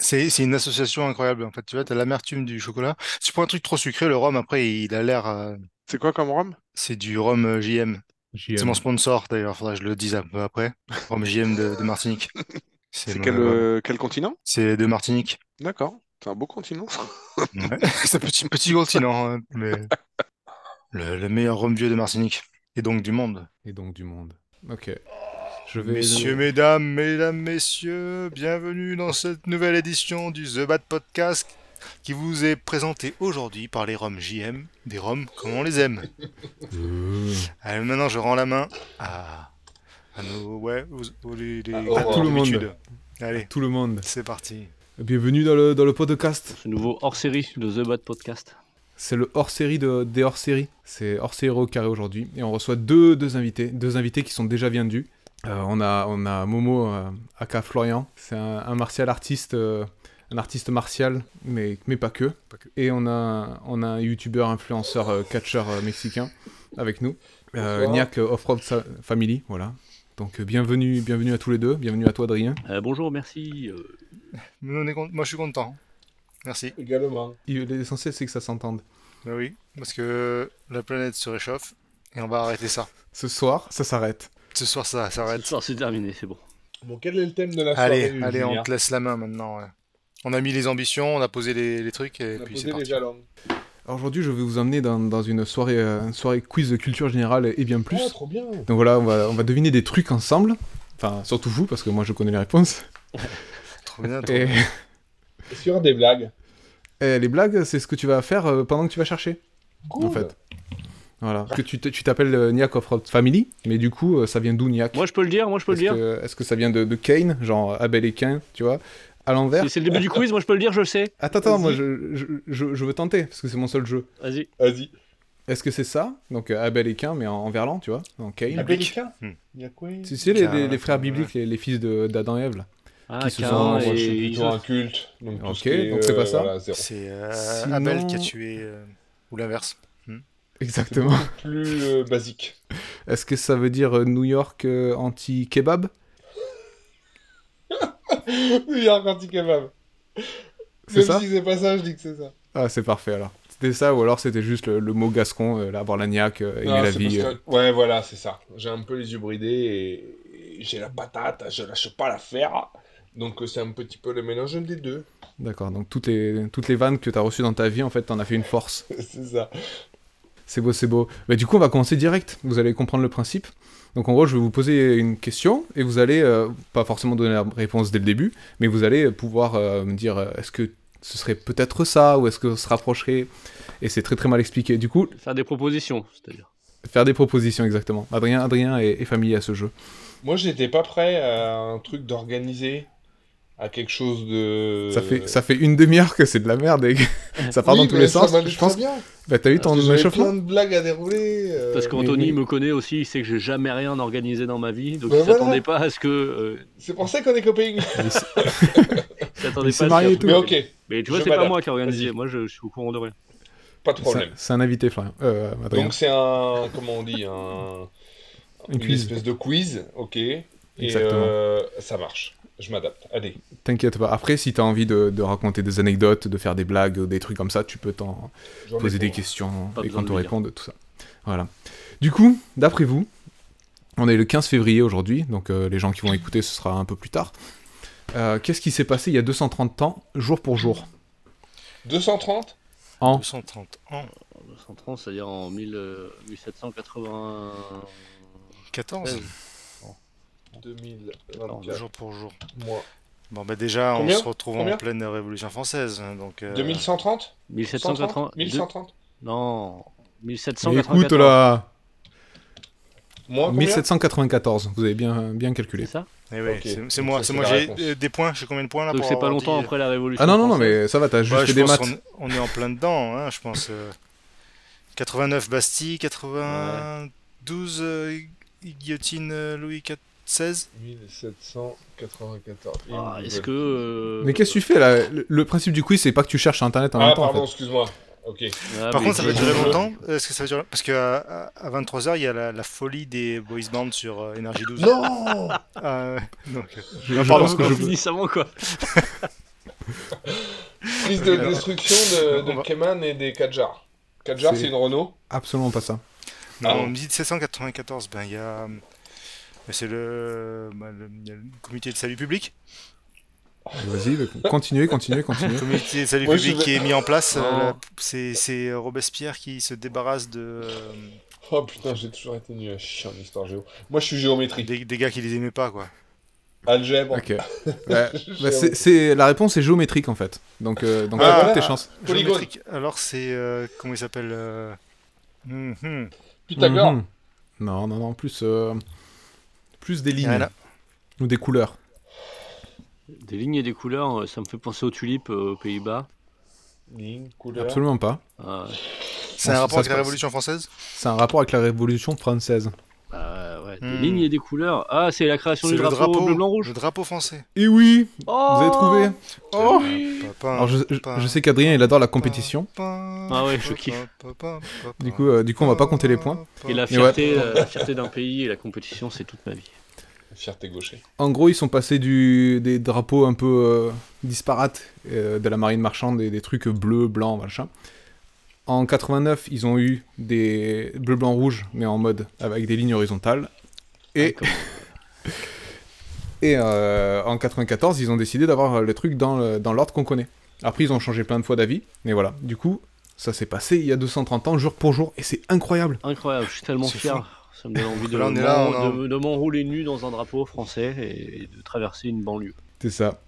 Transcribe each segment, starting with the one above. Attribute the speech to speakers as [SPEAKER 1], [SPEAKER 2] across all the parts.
[SPEAKER 1] C'est c'est une association incroyable, en fait. Tu vois, t'as l'amertume du chocolat. Si tu prends un truc trop sucré, le rhum, après, il a l'air. euh,
[SPEAKER 2] C'est quoi comme rhum?
[SPEAKER 1] c'est du rhum euh, JM. C'est mon
[SPEAKER 3] JM.
[SPEAKER 1] sponsor, d'ailleurs. Faudra que je le dise un peu après. Rhum JM de, de Martinique. C'est
[SPEAKER 2] C'est
[SPEAKER 1] mon-
[SPEAKER 2] quel,
[SPEAKER 1] voilà.
[SPEAKER 2] euh, quel continent?
[SPEAKER 1] C'est de Martinique.
[SPEAKER 2] D'accord. C'est un beau continent.
[SPEAKER 1] Ouais. C'est un petit, petit continent, hein, mais le, le meilleur rhum vieux de Martinique. Et donc du monde.
[SPEAKER 3] Et donc du monde. Ok. Je vais.
[SPEAKER 1] Messieurs, mesdames, mesdames, messieurs, bienvenue dans cette nouvelle édition du The Bad Podcast qui vous est présentée aujourd'hui par les Roms JM, des Roms comme on les aime.
[SPEAKER 3] Euh,
[SPEAKER 1] Allez, maintenant je rends la main à, à nos... Ouais, aux- aux- les- les-
[SPEAKER 4] À
[SPEAKER 1] les
[SPEAKER 4] tout
[SPEAKER 3] le monde.
[SPEAKER 1] habitudes. Allez,
[SPEAKER 3] Tout le monde.
[SPEAKER 1] c'est parti.
[SPEAKER 3] Bienvenue dans le, dans le podcast.
[SPEAKER 4] Ce nouveau hors-série de The Bad Podcast.
[SPEAKER 3] C'est le hors-série de, des hors-séries. C'est hors-série au carré aujourd'hui. Et on reçoit deux, deux invités. Deux invités qui sont déjà vendus. Euh, on, a, on a Momo, euh, aka Florian. C'est un, un martial artiste. euh, un artiste martial, mais, mais pas, que. Et on a, un- on a un youtubeur, influenceur, euh, catcheur euh, mexicain avec nous. Euh,
[SPEAKER 4] Bonsoir.
[SPEAKER 3] Niak euh, Offroad Sa- Family, voilà. Donc euh, bienvenue, bienvenue à tous les deux. Bienvenue à toi, Adrien.
[SPEAKER 4] Euh, bonjour, merci. euh,
[SPEAKER 1] Nous, on est con- Moi je suis content. Merci.
[SPEAKER 4] Également.
[SPEAKER 3] Il- L'essentiel, c'est que ça s'entende.
[SPEAKER 1] Bah oui, parce que la planète se réchauffe et on va arrêter ça.
[SPEAKER 3] Ce soir, ça s'arrête.
[SPEAKER 1] Ce soir ça s'arrête.
[SPEAKER 4] Ça, c'est terminé, c'est bon.
[SPEAKER 5] Bon, quel est le thème de la soirée
[SPEAKER 1] Allez,
[SPEAKER 5] Julien
[SPEAKER 1] allez, on te laisse la main maintenant. ouais. On a mis les ambitions, on a posé les, les trucs et
[SPEAKER 5] On a
[SPEAKER 1] puis c'est
[SPEAKER 5] posé les
[SPEAKER 1] parti.
[SPEAKER 5] jalons.
[SPEAKER 3] Alors aujourd'hui, je vais vous emmener dans, dans une soirée, euh, une soirée quiz de culture générale et bien plus.
[SPEAKER 5] Oh, trop bien
[SPEAKER 3] Donc voilà, on va, on va deviner des trucs ensemble. Enfin, surtout vous, parce que moi, je connais les réponses.
[SPEAKER 1] Trop bien. trop
[SPEAKER 3] Et,
[SPEAKER 1] bien.
[SPEAKER 5] Est-ce qu'il y aura des blagues
[SPEAKER 3] et les blagues, c'est ce que tu vas faire euh, pendant que tu vas chercher, en
[SPEAKER 5] Cool.
[SPEAKER 3] fait. Voilà. Que tu t- tu t'appelles euh, Niak of Rob Family, mais du coup, euh, ça vient d'où Niak
[SPEAKER 4] Moi, je peux le dire, moi, je peux le
[SPEAKER 3] Est-ce
[SPEAKER 4] dire.
[SPEAKER 3] que, est-ce que ça vient de, de Kane, genre euh, Abel et Cain, tu vois À l'envers
[SPEAKER 4] C'est c'est le début du quiz, moi, je peux le dire, je le sais.
[SPEAKER 3] Attends, attends, moi,
[SPEAKER 5] Vas-y.
[SPEAKER 3] je, je, je, je veux tenter, parce que c'est mon seul jeu.
[SPEAKER 4] Vas-y.
[SPEAKER 5] Vas-y.
[SPEAKER 3] Est-ce que c'est ça Donc euh, Abel et Cain, mais en, en verlan, tu vois En Cain.
[SPEAKER 5] Abelica
[SPEAKER 1] Hmm.
[SPEAKER 5] Il y a quoi
[SPEAKER 3] Tu sais, les, les- les
[SPEAKER 1] Cain,
[SPEAKER 3] frères bibliques, les, les fils de- d'Adam et Ève, là.
[SPEAKER 4] Ah,
[SPEAKER 3] Qui se
[SPEAKER 4] Cain
[SPEAKER 3] sont-
[SPEAKER 5] Moi,
[SPEAKER 3] Ah,
[SPEAKER 4] et
[SPEAKER 5] je suis plutôt
[SPEAKER 4] Isaac.
[SPEAKER 5] un culte. Donc tout
[SPEAKER 3] Ok,
[SPEAKER 5] ce qui est,
[SPEAKER 3] donc c'est pas
[SPEAKER 5] euh,
[SPEAKER 3] ça
[SPEAKER 5] voilà, zéro.
[SPEAKER 1] C'est euh,
[SPEAKER 3] Sinon-
[SPEAKER 1] Abel qui a tué euh, ou l'inverse.
[SPEAKER 5] C'est
[SPEAKER 3] Exactement.
[SPEAKER 5] beaucoup plus euh, basique.
[SPEAKER 3] Est-ce que ça veut dire euh, New York euh, anti-kebab
[SPEAKER 5] Il y a encore du kebab.
[SPEAKER 3] C'est
[SPEAKER 5] Même
[SPEAKER 3] ça
[SPEAKER 5] si c'est pas ça, je dis que c'est ça.
[SPEAKER 3] Ah, c'est parfait, alors. C'était ça, ou alors c'était juste le, le mot gascon, euh, la barlagnac, euh, aimer
[SPEAKER 5] Non,
[SPEAKER 3] la
[SPEAKER 5] Ah, c'est
[SPEAKER 3] vie.
[SPEAKER 5] parce
[SPEAKER 3] euh.
[SPEAKER 5] que- Ouais, voilà, c'est ça. J'ai un peu les yeux bridés et, et j'ai la patate, je lâche pas l'affaire. Donc euh, c'est un petit peu le mélange des deux.
[SPEAKER 3] D'accord, donc toutes les, toutes les vannes que t'as reçues dans ta vie, en fait, t'en as fait une force.
[SPEAKER 5] c'est ça.
[SPEAKER 3] C'est beau, c'est beau. Mais du coup, on va commencer direct. Vous allez comprendre le principe. Donc, en gros, je vais vous poser une question et vous allez, euh, pas forcément donner la réponse dès le début, mais vous allez pouvoir euh, me dire euh, est-ce que ce serait peut-être ça ou est-ce que on se rapprocherait Et c'est très très mal expliqué. Du coup,
[SPEAKER 4] Faire des propositions, c'est-à-dire.
[SPEAKER 3] faire des propositions exactement. Adrien, Adrien est, est familier à ce jeu.
[SPEAKER 5] Moi, j'étais pas prêt à un truc d'organisé, à quelque chose de.
[SPEAKER 3] Ça, fait, ça fait une demi-heure que c'est de la merde et que ça part
[SPEAKER 5] Oui, bah,
[SPEAKER 3] dans tous
[SPEAKER 5] mais
[SPEAKER 3] les
[SPEAKER 5] ça
[SPEAKER 3] sens.
[SPEAKER 5] m'allait
[SPEAKER 3] Je pense
[SPEAKER 5] très bien.
[SPEAKER 3] bah, t'as eu ton
[SPEAKER 5] Parce que j'avais
[SPEAKER 3] échauffement
[SPEAKER 5] plein de blagues à dérouler. euh,
[SPEAKER 4] Parce
[SPEAKER 3] mais-
[SPEAKER 4] qu'Anthony
[SPEAKER 3] mais-
[SPEAKER 4] me connaît aussi, il sait que j'ai jamais rien organisé dans ma vie, donc
[SPEAKER 5] Bah
[SPEAKER 4] il
[SPEAKER 5] voilà.
[SPEAKER 4] s'attendait pas à ce que. euh,
[SPEAKER 5] C'est pour ça qu'on est copains.
[SPEAKER 4] il s'attendait
[SPEAKER 3] Il s'est
[SPEAKER 4] pas à ce
[SPEAKER 3] marié
[SPEAKER 4] qu'il y ait
[SPEAKER 5] Mais
[SPEAKER 3] et tout.
[SPEAKER 4] un truc.
[SPEAKER 5] ok,
[SPEAKER 4] Mais tu vois,
[SPEAKER 5] Je
[SPEAKER 4] c'est pas
[SPEAKER 5] m'adapte.
[SPEAKER 4] moi qui ai organisé,
[SPEAKER 5] Vas-y.
[SPEAKER 4] moi, je, je suis au courant de rien.
[SPEAKER 5] pas de
[SPEAKER 3] C'est un-
[SPEAKER 5] problème.
[SPEAKER 3] C'est un invité, Florian. Euh, Adrien.
[SPEAKER 5] Donc c'est un, comment on dit, un,
[SPEAKER 3] Une
[SPEAKER 5] une
[SPEAKER 3] quiz.
[SPEAKER 5] espèce de quiz, ok. Et
[SPEAKER 3] Exactement.
[SPEAKER 5] euh, ça marche. Je m'adapte. Allez.
[SPEAKER 3] T'inquiète pas. Après, si t'as envie de, de raconter des anecdotes, de faire des blagues, ou des trucs comme ça, tu peux t'en
[SPEAKER 5] j'en ai
[SPEAKER 3] poser
[SPEAKER 5] pour
[SPEAKER 3] des
[SPEAKER 5] moi.
[SPEAKER 3] questions
[SPEAKER 4] Pas
[SPEAKER 3] et
[SPEAKER 4] besoin
[SPEAKER 3] qu'on
[SPEAKER 4] de
[SPEAKER 3] te
[SPEAKER 4] le
[SPEAKER 3] réponde, tout ça. Voilà. Du coup, d'après vous, on est le 15 février aujourd'hui, donc euh, les gens qui vont écouter, ce sera un peu plus tard. Euh, Qu'est-ce qui s'est passé il y a 230 ans, jour pour jour
[SPEAKER 5] 230
[SPEAKER 3] En
[SPEAKER 1] 230 ans,
[SPEAKER 4] 230, c'est-à-dire en 1000, euh, 1780.
[SPEAKER 1] 14
[SPEAKER 5] 2024.
[SPEAKER 1] jour pour jour.
[SPEAKER 5] Moi.
[SPEAKER 1] Bon bah déjà on
[SPEAKER 5] Combien
[SPEAKER 1] se retrouve en
[SPEAKER 5] Combien
[SPEAKER 1] pleine Révolution française, hein, donc euh,
[SPEAKER 5] 2130
[SPEAKER 4] 1780.
[SPEAKER 5] 1130
[SPEAKER 4] Non,
[SPEAKER 3] Mais
[SPEAKER 4] 1794.
[SPEAKER 3] Écoute là
[SPEAKER 5] Moi, combien
[SPEAKER 3] 1794, vous avez bien, bien calculé.
[SPEAKER 4] C'est ça
[SPEAKER 1] eh oui,
[SPEAKER 5] Ok,
[SPEAKER 1] c'est c'est
[SPEAKER 5] donc
[SPEAKER 1] moi,
[SPEAKER 5] ça,
[SPEAKER 1] c'est
[SPEAKER 5] c'est
[SPEAKER 1] moi.
[SPEAKER 5] la
[SPEAKER 1] J'ai
[SPEAKER 5] réponse.
[SPEAKER 1] euh, des points, j'ai combien de points là
[SPEAKER 4] Donc
[SPEAKER 1] pour
[SPEAKER 4] c'est pas
[SPEAKER 1] avoir
[SPEAKER 4] longtemps
[SPEAKER 1] dit, euh,
[SPEAKER 4] après la Révolution.
[SPEAKER 3] Ah non, non, non,
[SPEAKER 4] française.
[SPEAKER 3] mais ça va, t'as juste
[SPEAKER 1] bah,
[SPEAKER 3] fait
[SPEAKER 1] je
[SPEAKER 3] des
[SPEAKER 1] pense
[SPEAKER 3] maths.
[SPEAKER 1] qu'on on est en plein dedans, hein, je pense. euh, 89 Bastille, 92 euh, guillotine euh, Louis XIV, 16.
[SPEAKER 5] 1794.
[SPEAKER 4] Ah, Est-ce que. euh,
[SPEAKER 3] Mais qu'est-ce que tu fais là Le le principe du quiz, c'est pas que tu cherches sur internet en
[SPEAKER 5] Ah,
[SPEAKER 3] même temps. en
[SPEAKER 5] pardon,
[SPEAKER 3] fait.
[SPEAKER 5] excuse-moi. Ok.
[SPEAKER 4] ah,
[SPEAKER 1] Par
[SPEAKER 4] mais
[SPEAKER 1] contre, ça va
[SPEAKER 4] j'ai-
[SPEAKER 1] durer
[SPEAKER 5] je-
[SPEAKER 1] longtemps Est-ce que ça va durer- Parce que à, à- à 23h, il y a la, la folie des boys bands sur euh, Energy 12.
[SPEAKER 5] Non
[SPEAKER 1] Ah, ouais, donc, euh,
[SPEAKER 3] Je,
[SPEAKER 1] Non,
[SPEAKER 3] je
[SPEAKER 1] pardon,
[SPEAKER 3] pense que
[SPEAKER 4] Qu'on
[SPEAKER 3] je-
[SPEAKER 4] finisse avant quoi.
[SPEAKER 5] Fils de destruction de,
[SPEAKER 1] On
[SPEAKER 5] de
[SPEAKER 1] va-
[SPEAKER 5] Keman et des Kadjar. Kadjar,
[SPEAKER 3] C'est-
[SPEAKER 5] c'est une Renault.
[SPEAKER 3] Absolument pas ça.
[SPEAKER 1] Non,
[SPEAKER 5] Ah
[SPEAKER 1] en
[SPEAKER 5] bon.
[SPEAKER 1] 1794, ben il y a. euh, C'est le, bah, le- il y a le comité de salut public.
[SPEAKER 3] Vas-y, continuez, continuez, continuez.
[SPEAKER 1] Le comité de salut
[SPEAKER 5] Moi, je
[SPEAKER 1] public
[SPEAKER 5] vais-
[SPEAKER 1] qui est mis en place. euh,
[SPEAKER 5] Non.
[SPEAKER 1] la- c'est- C'est Robespierre qui se débarrasse de, euh,
[SPEAKER 5] Oh putain, j'ai toujours été nul à chier en histoire géo. Moi, je suis géométrie.
[SPEAKER 1] des, des gars qui les aimaient pas, quoi.
[SPEAKER 5] Algèbre.
[SPEAKER 3] Ok. Ouais. Bah, c'est- c'est- la réponse est géométrique en fait. Donc, euh, donc
[SPEAKER 1] Ah,
[SPEAKER 3] toutes
[SPEAKER 5] voilà.
[SPEAKER 3] tes chances.
[SPEAKER 5] Polygone.
[SPEAKER 1] Géométrique. Alors c'est. euh, comment il s'appelle euh, hum, hum.
[SPEAKER 5] Pythagore.
[SPEAKER 3] Mhm. Non, non, non, plus, euh, plus des lignes
[SPEAKER 1] Voilà.
[SPEAKER 3] ou des couleurs.
[SPEAKER 4] Des lignes et des couleurs, euh, ça me fait penser aux tulipes euh, aux Pays-Bas.
[SPEAKER 5] Ligne, couleur.
[SPEAKER 3] Absolument pas.
[SPEAKER 4] Ah,
[SPEAKER 1] C'est
[SPEAKER 3] Bon,
[SPEAKER 1] un
[SPEAKER 3] ça-
[SPEAKER 1] rapport
[SPEAKER 3] ça
[SPEAKER 1] avec
[SPEAKER 3] se
[SPEAKER 1] la
[SPEAKER 3] passe.
[SPEAKER 1] Révolution française
[SPEAKER 3] C'est un rapport avec la Révolution française.
[SPEAKER 4] bah, ouais, des
[SPEAKER 1] Hmm.
[SPEAKER 4] lignes et des couleurs. Ah, c'est la création
[SPEAKER 1] C'est
[SPEAKER 4] du drapeau, bleu, blanc, rouge.
[SPEAKER 1] Le drapeau français.
[SPEAKER 3] Et Eh oui,
[SPEAKER 4] Oh
[SPEAKER 3] vous avez trouvé.
[SPEAKER 1] Oh
[SPEAKER 3] Alors je, je- je sais qu'Adrien il adore la compétition.
[SPEAKER 1] Ah
[SPEAKER 4] ouais, je kiffe.
[SPEAKER 3] Du coup, euh, du coup, on va pas compter les points.
[SPEAKER 4] Et la
[SPEAKER 3] Mais
[SPEAKER 4] fierté, euh, la fierté d'un pays et la compétition, c'est toute ma vie.
[SPEAKER 5] Fierté gaucher.
[SPEAKER 3] En gros, ils sont passés du, des drapeaux un peu euh, disparates euh, de la marine marchande et des trucs bleus, blancs, machin. En 89, ils ont eu des bleu, blanc, rouge, mais en mode avec des lignes horizontales. Et-
[SPEAKER 4] Ah, comme-
[SPEAKER 3] Et euh, en 94, ils ont décidé d'avoir euh, le truc dans, le- dans l'ordre qu'on connaît. Après, ils ont changé plein de fois d'avis, mais voilà. Du coup, ça s'est passé il y a 230 ans, jour pour jour, et c'est incroyable.
[SPEAKER 4] Incroyable, je suis tellement
[SPEAKER 1] C'est
[SPEAKER 4] fier. Ça me donne envie de,
[SPEAKER 1] Là, on est là,
[SPEAKER 4] m'en-
[SPEAKER 1] on
[SPEAKER 4] de- de m'enrouler nu dans un drapeau français et, et de traverser une banlieue.
[SPEAKER 3] C'est ça.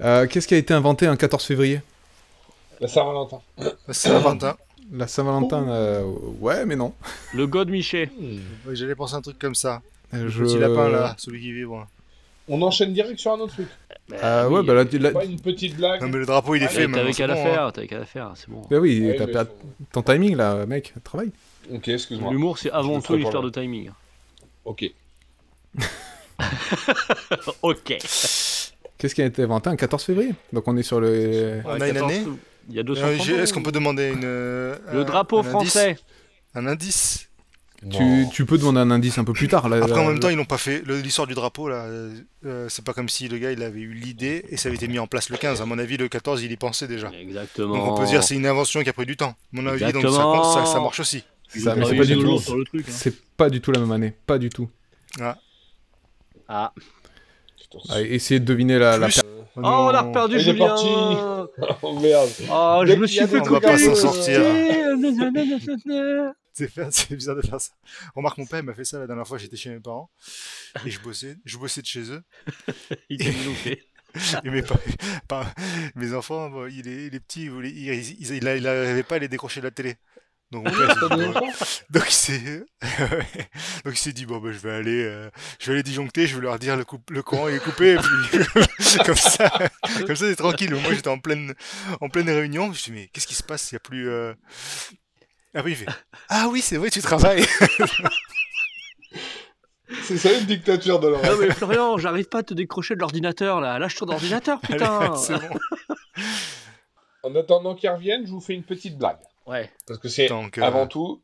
[SPEAKER 3] Euh, qu'est-ce qui a été inventé un 14 février
[SPEAKER 5] La Saint-Valentin.
[SPEAKER 1] Bah, Saint-Valentin.
[SPEAKER 3] La Saint-Valentin
[SPEAKER 1] Oh.
[SPEAKER 3] euh, Ouais, mais non.
[SPEAKER 4] Le God Miché.
[SPEAKER 5] Hmm.
[SPEAKER 1] Ouais, J'allais penser à un truc comme ça.
[SPEAKER 3] Euh,
[SPEAKER 1] Le petit lapin là, celui qui vibre.
[SPEAKER 5] On enchaîne direct sur un autre truc.
[SPEAKER 3] Ah ouais, bah, là, tu- là-
[SPEAKER 5] Pas une petite blague.
[SPEAKER 1] Non mais le drapeau il est
[SPEAKER 5] Ah,
[SPEAKER 1] fait
[SPEAKER 4] T'avais
[SPEAKER 1] maintenant.
[SPEAKER 4] qu'à
[SPEAKER 1] c'est
[SPEAKER 4] la
[SPEAKER 1] bon, hein.
[SPEAKER 4] faire, t'avais qu'à la faire, c'est bon.
[SPEAKER 3] Bah oui,
[SPEAKER 5] Ouais,
[SPEAKER 3] t'as
[SPEAKER 5] Ah, mais-
[SPEAKER 3] perdu ton timing là, mec, travaille.
[SPEAKER 5] Ok, excuse-moi.
[SPEAKER 4] L'humour, c'est
[SPEAKER 5] Je me
[SPEAKER 4] avant tout une
[SPEAKER 5] prépare
[SPEAKER 4] histoire
[SPEAKER 5] là.
[SPEAKER 4] de timing.
[SPEAKER 5] Ok. Oh,
[SPEAKER 4] ok.
[SPEAKER 3] Qu'est-ce qui a été inventé un 14 février Donc on est sur le...
[SPEAKER 1] On a une année
[SPEAKER 4] Il y a
[SPEAKER 1] Euh,
[SPEAKER 4] 200
[SPEAKER 1] j'ai- Est-ce qu'on peut demander une, euh,
[SPEAKER 4] Le
[SPEAKER 1] un-
[SPEAKER 4] drapeau
[SPEAKER 1] un indice
[SPEAKER 4] français.
[SPEAKER 1] Un indice
[SPEAKER 3] Tu, tu peux demander un indice un peu plus tard. Là,
[SPEAKER 1] Après, en
[SPEAKER 3] là-
[SPEAKER 1] même temps, ils n'ont pas fait le- l'histoire du drapeau là. euh, c'est pas comme si le gars il avait eu l'idée et ça avait été mis en place le 15. À mon avis, le 14, il y pensait déjà.
[SPEAKER 4] Exactement.
[SPEAKER 1] Donc on peut se dire c'est une invention qui a pris du temps. À mon avis, donc ça,
[SPEAKER 4] Exactement.
[SPEAKER 1] compte, ça, ça marche aussi.
[SPEAKER 4] Ils
[SPEAKER 3] ça,
[SPEAKER 4] ont
[SPEAKER 3] mais c'est
[SPEAKER 4] travaillé
[SPEAKER 3] pas du
[SPEAKER 4] deux
[SPEAKER 3] tout-
[SPEAKER 4] jours sur le truc. hein.
[SPEAKER 3] C'est pas du tout la même année, pas du tout.
[SPEAKER 4] Ah.
[SPEAKER 1] Ah,
[SPEAKER 3] Allez, Ah, essayez de deviner la, la
[SPEAKER 1] Plus-
[SPEAKER 4] Oh, on a
[SPEAKER 1] non.
[SPEAKER 4] reperdu
[SPEAKER 5] Il est
[SPEAKER 4] Julien.
[SPEAKER 5] parti. Oh merde.
[SPEAKER 4] Oh, je
[SPEAKER 5] Dès
[SPEAKER 4] me
[SPEAKER 5] qu'il y a
[SPEAKER 4] suis fait
[SPEAKER 5] des-
[SPEAKER 1] On va pas s'en sortir.
[SPEAKER 4] sortir.
[SPEAKER 1] C'est fait- c'est bizarre de faire ça. Remarque, mon père il m'a fait ça la dernière fois. J'étais chez mes parents et je bossais, je bossais de chez eux.
[SPEAKER 4] Il t'a loupé.
[SPEAKER 1] Et mes, pa- pa- mes enfants, bon, il est, il est petit, ils voulaient- ils- ils- ils- il n'arrivait pas à les décrocher de la télé. Donc mon père, il s'est dit, bon, donc il s'est, donc il s'est dit bon ben je vais aller, euh, je vais aller disjoncter, je vais leur dire le, coup, le courant il est coupé, et puis comme ça, comme ça c'est tranquille. Moi j'étais en pleine, en pleine réunion, je me suis dit, mais qu'est-ce qui se passe, il y a plus. euh, Ah oui, il fait, ah oui c'est vrai tu travailles.
[SPEAKER 5] C'est ça une dictature de
[SPEAKER 4] Non
[SPEAKER 5] l'Europe.
[SPEAKER 4] mais Florian, j'arrive pas à te décrocher de l'ordinateur là. Lâche ton ordinateur,
[SPEAKER 1] Ah,
[SPEAKER 4] putain.
[SPEAKER 1] c'est bon.
[SPEAKER 5] En attendant qu'ils reviennent, je vous fais une petite blague.
[SPEAKER 4] Ouais.
[SPEAKER 5] Parce que c'est
[SPEAKER 1] Donc, euh,
[SPEAKER 5] avant tout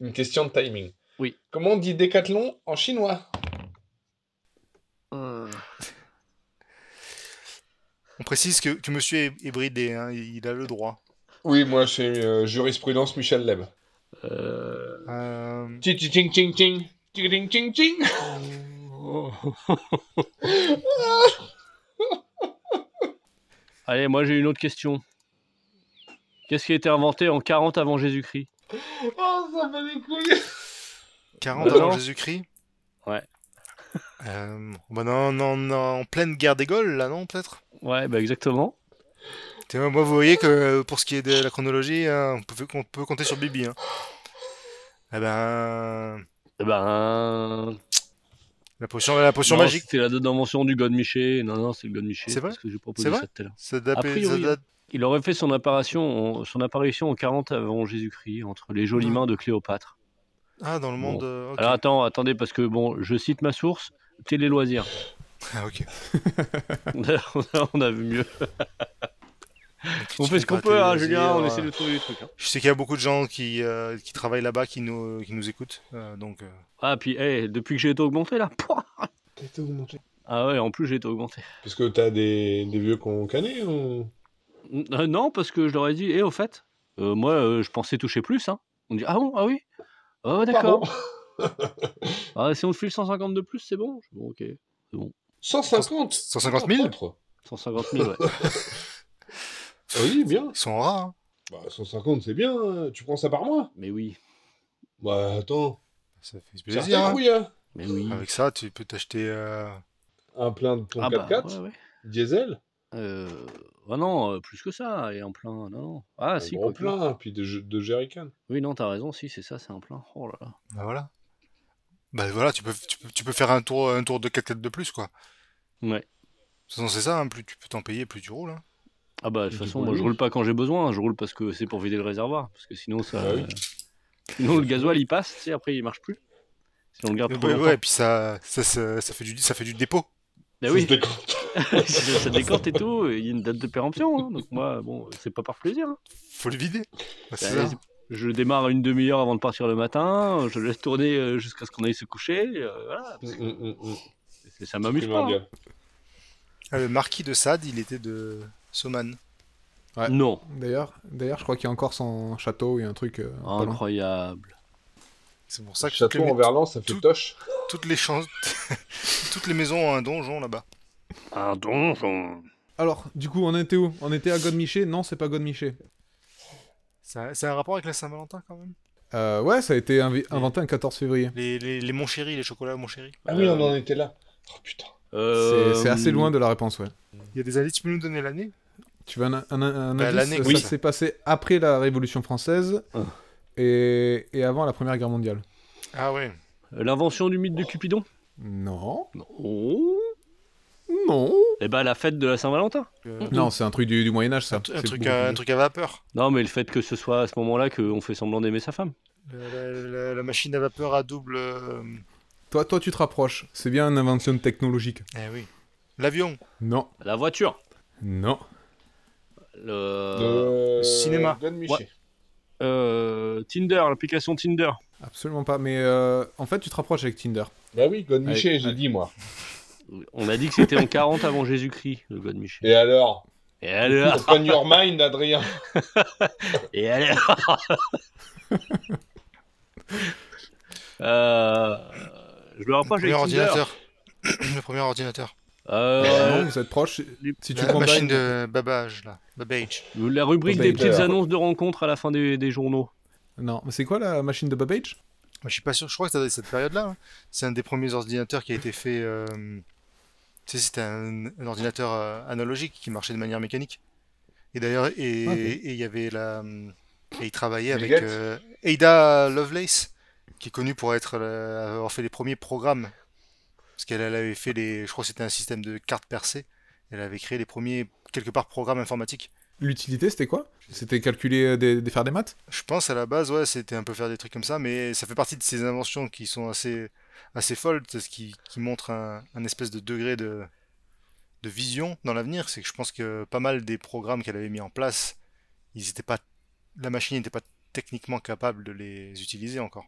[SPEAKER 5] une question de timing.
[SPEAKER 4] Oui.
[SPEAKER 5] Comment on dit décathlon en chinois
[SPEAKER 4] Euh,
[SPEAKER 1] on précise que, que Monsieur est, est bridé, hein, il a le droit.
[SPEAKER 5] Oui, moi je fais euh, jurisprudence Michel Leb.
[SPEAKER 4] euh,
[SPEAKER 1] Euh,
[SPEAKER 5] Tching tching tching tching. Tching tching tching.
[SPEAKER 4] oh. Allez, moi j'ai une autre question. Qu'est-ce qui a été inventé en 40 avant Jésus-Christ
[SPEAKER 5] Oh, ça fait des couilles.
[SPEAKER 1] 40
[SPEAKER 4] Bah
[SPEAKER 1] avant
[SPEAKER 4] non.
[SPEAKER 1] Jésus-Christ
[SPEAKER 4] Ouais.
[SPEAKER 1] Euh, bah non, non, non, en pleine guerre des Gaules, là, non, peut-être
[SPEAKER 4] Ouais, bah exactement.
[SPEAKER 1] T'es- Moi, vous voyez que euh, pour ce qui est de la chronologie, hein, on, peut, on peut compter sur Bibi. Hein. Eh ben.
[SPEAKER 4] Eh Ben,
[SPEAKER 1] La potion, la potion
[SPEAKER 4] non,
[SPEAKER 1] magique.
[SPEAKER 4] C'était la deuxième invention du God Miché. Non, non, c'est le God Miché.
[SPEAKER 1] C'est
[SPEAKER 4] C'est
[SPEAKER 1] vrai
[SPEAKER 4] parce que j'ai proposé
[SPEAKER 1] C'est vrai
[SPEAKER 4] ça tout à l'heure.
[SPEAKER 1] Ça date,
[SPEAKER 4] A priori,
[SPEAKER 1] ça date-
[SPEAKER 4] Il aurait fait son apparition, en- son apparition en 40 avant Jésus-Christ entre les jolies
[SPEAKER 1] Ouais.
[SPEAKER 4] mains de Cléopâtre.
[SPEAKER 1] Ah, dans le
[SPEAKER 4] hein. Bon.
[SPEAKER 1] monde. euh, ok.
[SPEAKER 4] Alors attends, attendez parce que bon, je cite ma source, Télé Loisirs.
[SPEAKER 1] Ah, ok.
[SPEAKER 4] on, a, on a- on a vu mieux.
[SPEAKER 1] Donc,
[SPEAKER 4] On
[SPEAKER 1] tu
[SPEAKER 4] fait ce
[SPEAKER 1] fais
[SPEAKER 4] qu'on
[SPEAKER 1] pas
[SPEAKER 4] peut, hein,
[SPEAKER 1] télé-
[SPEAKER 4] Julien. On
[SPEAKER 1] euh,
[SPEAKER 4] essaie de trouver des trucs. hein.
[SPEAKER 1] Je sais qu'il y a beaucoup de gens qui, euh, qui travaillent là-bas qui nous, qui nous écoutent. euh, donc, euh,
[SPEAKER 4] Ah puis, hey, depuis que j'ai été augmenté là. pouah
[SPEAKER 5] T'as été augmenté.
[SPEAKER 4] Ah ouais, en plus j'ai été augmenté.
[SPEAKER 5] Parce que t'as des, des vieux qu'on connaît ou
[SPEAKER 4] Euh, non, parce que je leur ai dit, et au fait, euh, moi, euh, je pensais toucher plus. Hein. On dit, ah bon, ah oui Ah d'accord.
[SPEAKER 5] Pardon.
[SPEAKER 4] Ah, si on te file 150 de plus, c'est bon Je dis, Bon, ok.
[SPEAKER 5] 150
[SPEAKER 1] 150 000
[SPEAKER 5] Contre.
[SPEAKER 4] 150 000, ouais.
[SPEAKER 5] Ah Oui, bien.
[SPEAKER 1] Ils sont rares. hein.
[SPEAKER 5] Bah, 150, c'est bien. hein. Tu prends ça par mois
[SPEAKER 4] Mais oui,
[SPEAKER 5] Bah, attends.
[SPEAKER 1] Ça fait
[SPEAKER 5] Serre
[SPEAKER 1] plaisir.
[SPEAKER 5] tes
[SPEAKER 1] hein.
[SPEAKER 5] couilles, hein.
[SPEAKER 4] mais oui.
[SPEAKER 1] Avec ça, tu peux t'acheter. euh,
[SPEAKER 5] Un plein de ton
[SPEAKER 4] Ah bah,
[SPEAKER 5] 4x4,
[SPEAKER 4] ouais, ouais.
[SPEAKER 5] diesel.
[SPEAKER 4] Euh, ah non, euh, plus que ça, et en plein, non, non. Ah
[SPEAKER 5] un
[SPEAKER 4] si,
[SPEAKER 5] gros
[SPEAKER 4] quoi que non.
[SPEAKER 5] plein, puis de, de jerrycan.
[SPEAKER 4] Oui, non, t'as raison, si, c'est ça, c'est un plein. Oh là là.
[SPEAKER 1] Bah voilà. Bah voilà, tu peux, tu peux, tu peux faire un tour, un tour de 4 4 de plus, quoi.
[SPEAKER 4] Ouais.
[SPEAKER 1] De toute façon, c'est ça, hein, plus tu peux t'en payer, plus tu roules. hein.
[SPEAKER 4] Ah bah, de
[SPEAKER 5] Du
[SPEAKER 4] toute façon,
[SPEAKER 5] coup,
[SPEAKER 4] moi, je
[SPEAKER 5] oui.
[SPEAKER 4] roule pas quand j'ai besoin, hein. je roule parce que c'est pour vider le réservoir, parce que sinon, ça...
[SPEAKER 5] Bah oui.
[SPEAKER 4] sinon le gasoil, il passe, tu sais, après, il marche plus. Si on le garde
[SPEAKER 1] Ouais,
[SPEAKER 4] trop
[SPEAKER 1] ouais,
[SPEAKER 4] longtemps.
[SPEAKER 1] et puis ça, ça, ça, ça fait du, ça fait du dépôt.
[SPEAKER 4] Bah oui,
[SPEAKER 5] Je décompte.
[SPEAKER 4] ça décorte et tout, et il y a une date de péremption, hein, donc moi, bon, c'est pas par plaisir. hein.
[SPEAKER 1] Faut le vider. Bah, c'est
[SPEAKER 4] Bah,
[SPEAKER 1] ça.
[SPEAKER 4] Je démarre une demi-heure avant de partir le matin, je laisse tourner euh, jusqu'à ce qu'on aille se coucher, euh, voilà.
[SPEAKER 5] Mm, mm, mm, mm.
[SPEAKER 4] C'est- Ça m'amuse pas. hein.
[SPEAKER 5] Primordial.
[SPEAKER 1] Ah, Le marquis de Sade, il était de Soman.
[SPEAKER 3] Ouais.
[SPEAKER 4] hein. Non,
[SPEAKER 3] D'ailleurs, d'ailleurs, je crois qu'il y a encore son château et un truc. euh,
[SPEAKER 5] Ah
[SPEAKER 1] Ah,
[SPEAKER 3] pas loin.
[SPEAKER 4] incroyable.
[SPEAKER 1] C'est pour ça que toutes
[SPEAKER 5] Château
[SPEAKER 1] les,
[SPEAKER 5] en Verlan, ça fait
[SPEAKER 1] tout-
[SPEAKER 5] toche.
[SPEAKER 1] toutes les chances, toutes les maisons ont un donjon là-bas.
[SPEAKER 4] Un donjon.
[SPEAKER 3] Alors, du coup, on était où On était à Godmiché Non, c'est pas Godmiché.
[SPEAKER 1] Ça, c'est un rapport avec la Saint-Valentin quand même.
[SPEAKER 3] Euh, ouais, ça a été invi- inventé un 14 février.
[SPEAKER 1] Les, les, les mon chéri, les chocolats mon chéri.
[SPEAKER 5] Ah oui, on en était là. Oh putain.
[SPEAKER 4] Euh,
[SPEAKER 1] Euh,
[SPEAKER 3] C'est- C'est assez loin de la réponse, ouais.
[SPEAKER 1] Il y a des années, tu peux nous donner l'année
[SPEAKER 3] Tu veux un, un, un
[SPEAKER 1] Bah,
[SPEAKER 3] indice
[SPEAKER 1] l'année,
[SPEAKER 3] Ça
[SPEAKER 1] oui.
[SPEAKER 3] s'est passé après la Révolution française
[SPEAKER 4] Ah.
[SPEAKER 3] et, et avant la Première Guerre mondiale.
[SPEAKER 1] Ah ouais.
[SPEAKER 4] euh, L'invention du mythe de Cupidon
[SPEAKER 3] Non.
[SPEAKER 4] Non.
[SPEAKER 3] Non.
[SPEAKER 4] Eh ben, la fête de la Saint-Valentin.
[SPEAKER 1] Euh,
[SPEAKER 3] Non, c'est un truc du, du Moyen Âge, ça.
[SPEAKER 1] Un, tru- un
[SPEAKER 3] C'est
[SPEAKER 1] truc
[SPEAKER 3] beaucoup
[SPEAKER 1] à, un
[SPEAKER 3] plus-
[SPEAKER 1] truc à vapeur.
[SPEAKER 4] Non, mais le fait que ce soit à ce moment-là qu'on fait semblant d'aimer sa femme.
[SPEAKER 1] La, la- la- la machine à vapeur à double. euh,
[SPEAKER 3] Toi, toi, tu te rapproches. C'est bien une invention technologique.
[SPEAKER 1] Eh oui. L'avion.
[SPEAKER 3] Non.
[SPEAKER 4] La voiture.
[SPEAKER 3] Non.
[SPEAKER 4] Le...
[SPEAKER 5] De-
[SPEAKER 1] cinéma.
[SPEAKER 5] Don Miché.
[SPEAKER 4] Euh, Tinder, l'application Tinder.
[SPEAKER 3] Absolument pas. Mais euh, en fait, tu te rapproches avec Tinder.
[SPEAKER 5] Bah oui, God
[SPEAKER 3] Allez,
[SPEAKER 5] Miché, j'ai
[SPEAKER 3] allez.
[SPEAKER 5] dit moi.
[SPEAKER 4] On a dit que c'était en 40 avant Jésus-Christ, le God Michel.
[SPEAKER 5] Et alors
[SPEAKER 4] Et alors
[SPEAKER 5] Open your mind, Adrien.
[SPEAKER 4] Et alors Euh, Je me
[SPEAKER 1] Le
[SPEAKER 4] rapproche
[SPEAKER 1] premier
[SPEAKER 4] avec Tinder.
[SPEAKER 1] ordinateur. le premier ordinateur.
[SPEAKER 4] Euh,
[SPEAKER 3] Non, vous êtes proche.
[SPEAKER 4] les-
[SPEAKER 3] Si tu
[SPEAKER 1] La
[SPEAKER 3] combats.
[SPEAKER 1] machine de babage là. Babage.
[SPEAKER 4] la rubrique
[SPEAKER 3] Tinder.
[SPEAKER 4] des petites annonces de rencontres à la fin des, des journaux.
[SPEAKER 3] Non, mais c'est quoi la machine de Babbage
[SPEAKER 1] Moi, je suis pas sûr. Je crois que c'est cette période là. C'est un des premiers ordinateurs qui a été fait. euh, Tu sais, c'était un, un ordinateur euh, analogique qui marchait de manière mécanique. Et d'ailleurs, et et il
[SPEAKER 3] Ok.
[SPEAKER 1] y avait la. hum, Et il travaillait
[SPEAKER 5] Ah, Bill
[SPEAKER 1] avec
[SPEAKER 5] Gates
[SPEAKER 1] euh, Ada Lovelace, qui est connue pour être, la- avoir fait les premiers programmes. Parce qu'elle elle avait fait les. Je crois que c'était un système de cartes percées. Elle avait créé les premiers, quelque part, programmes informatiques.
[SPEAKER 3] L'utilité, c'était quoi C'était calculer euh, des, des- faire des maths
[SPEAKER 1] Je pense à la base, ouais, c'était un peu faire des trucs comme ça, mais ça fait partie de ces inventions qui sont assez, assez folles, c'est ce qui, qui montre un, un espèce de degré de, de vision dans l'avenir. C'est que je pense que pas mal des programmes qu'elle avait mis en place, ils étaient pas, la machine n'était pas techniquement capable de les utiliser encore.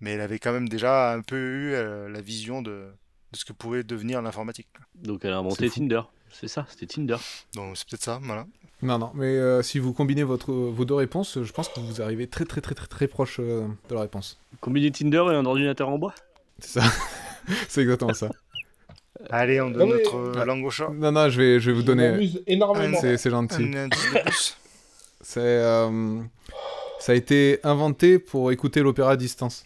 [SPEAKER 1] Mais elle avait quand même déjà un peu eu euh, la vision de, de ce que pouvait devenir l'informatique. quoi.
[SPEAKER 4] Donc elle a
[SPEAKER 3] C'est
[SPEAKER 4] inventé
[SPEAKER 3] fou.
[SPEAKER 4] Tinder. C'est ça, c'était Tinder.
[SPEAKER 1] Donc c'est peut-être ça, voilà.
[SPEAKER 3] Non, non, mais euh, si vous combinez votre, vos deux réponses, je pense que vous arrivez très, très, très, très, très proche euh, de la réponse.
[SPEAKER 4] Combiner Tinder et un ordinateur en bois
[SPEAKER 3] C'est ça. c'est exactement ça.
[SPEAKER 1] Allez, on donne
[SPEAKER 5] donne
[SPEAKER 1] notre
[SPEAKER 5] notre,
[SPEAKER 1] euh, langue au chat.
[SPEAKER 3] Non, non, je vais, je vais vous
[SPEAKER 5] Je
[SPEAKER 3] donner.
[SPEAKER 5] m'amuse énormément.
[SPEAKER 3] C'est c'est gentil.
[SPEAKER 1] Un indice de plus.
[SPEAKER 3] C'est. euh, ça a été inventé pour écouter l'opéra à distance.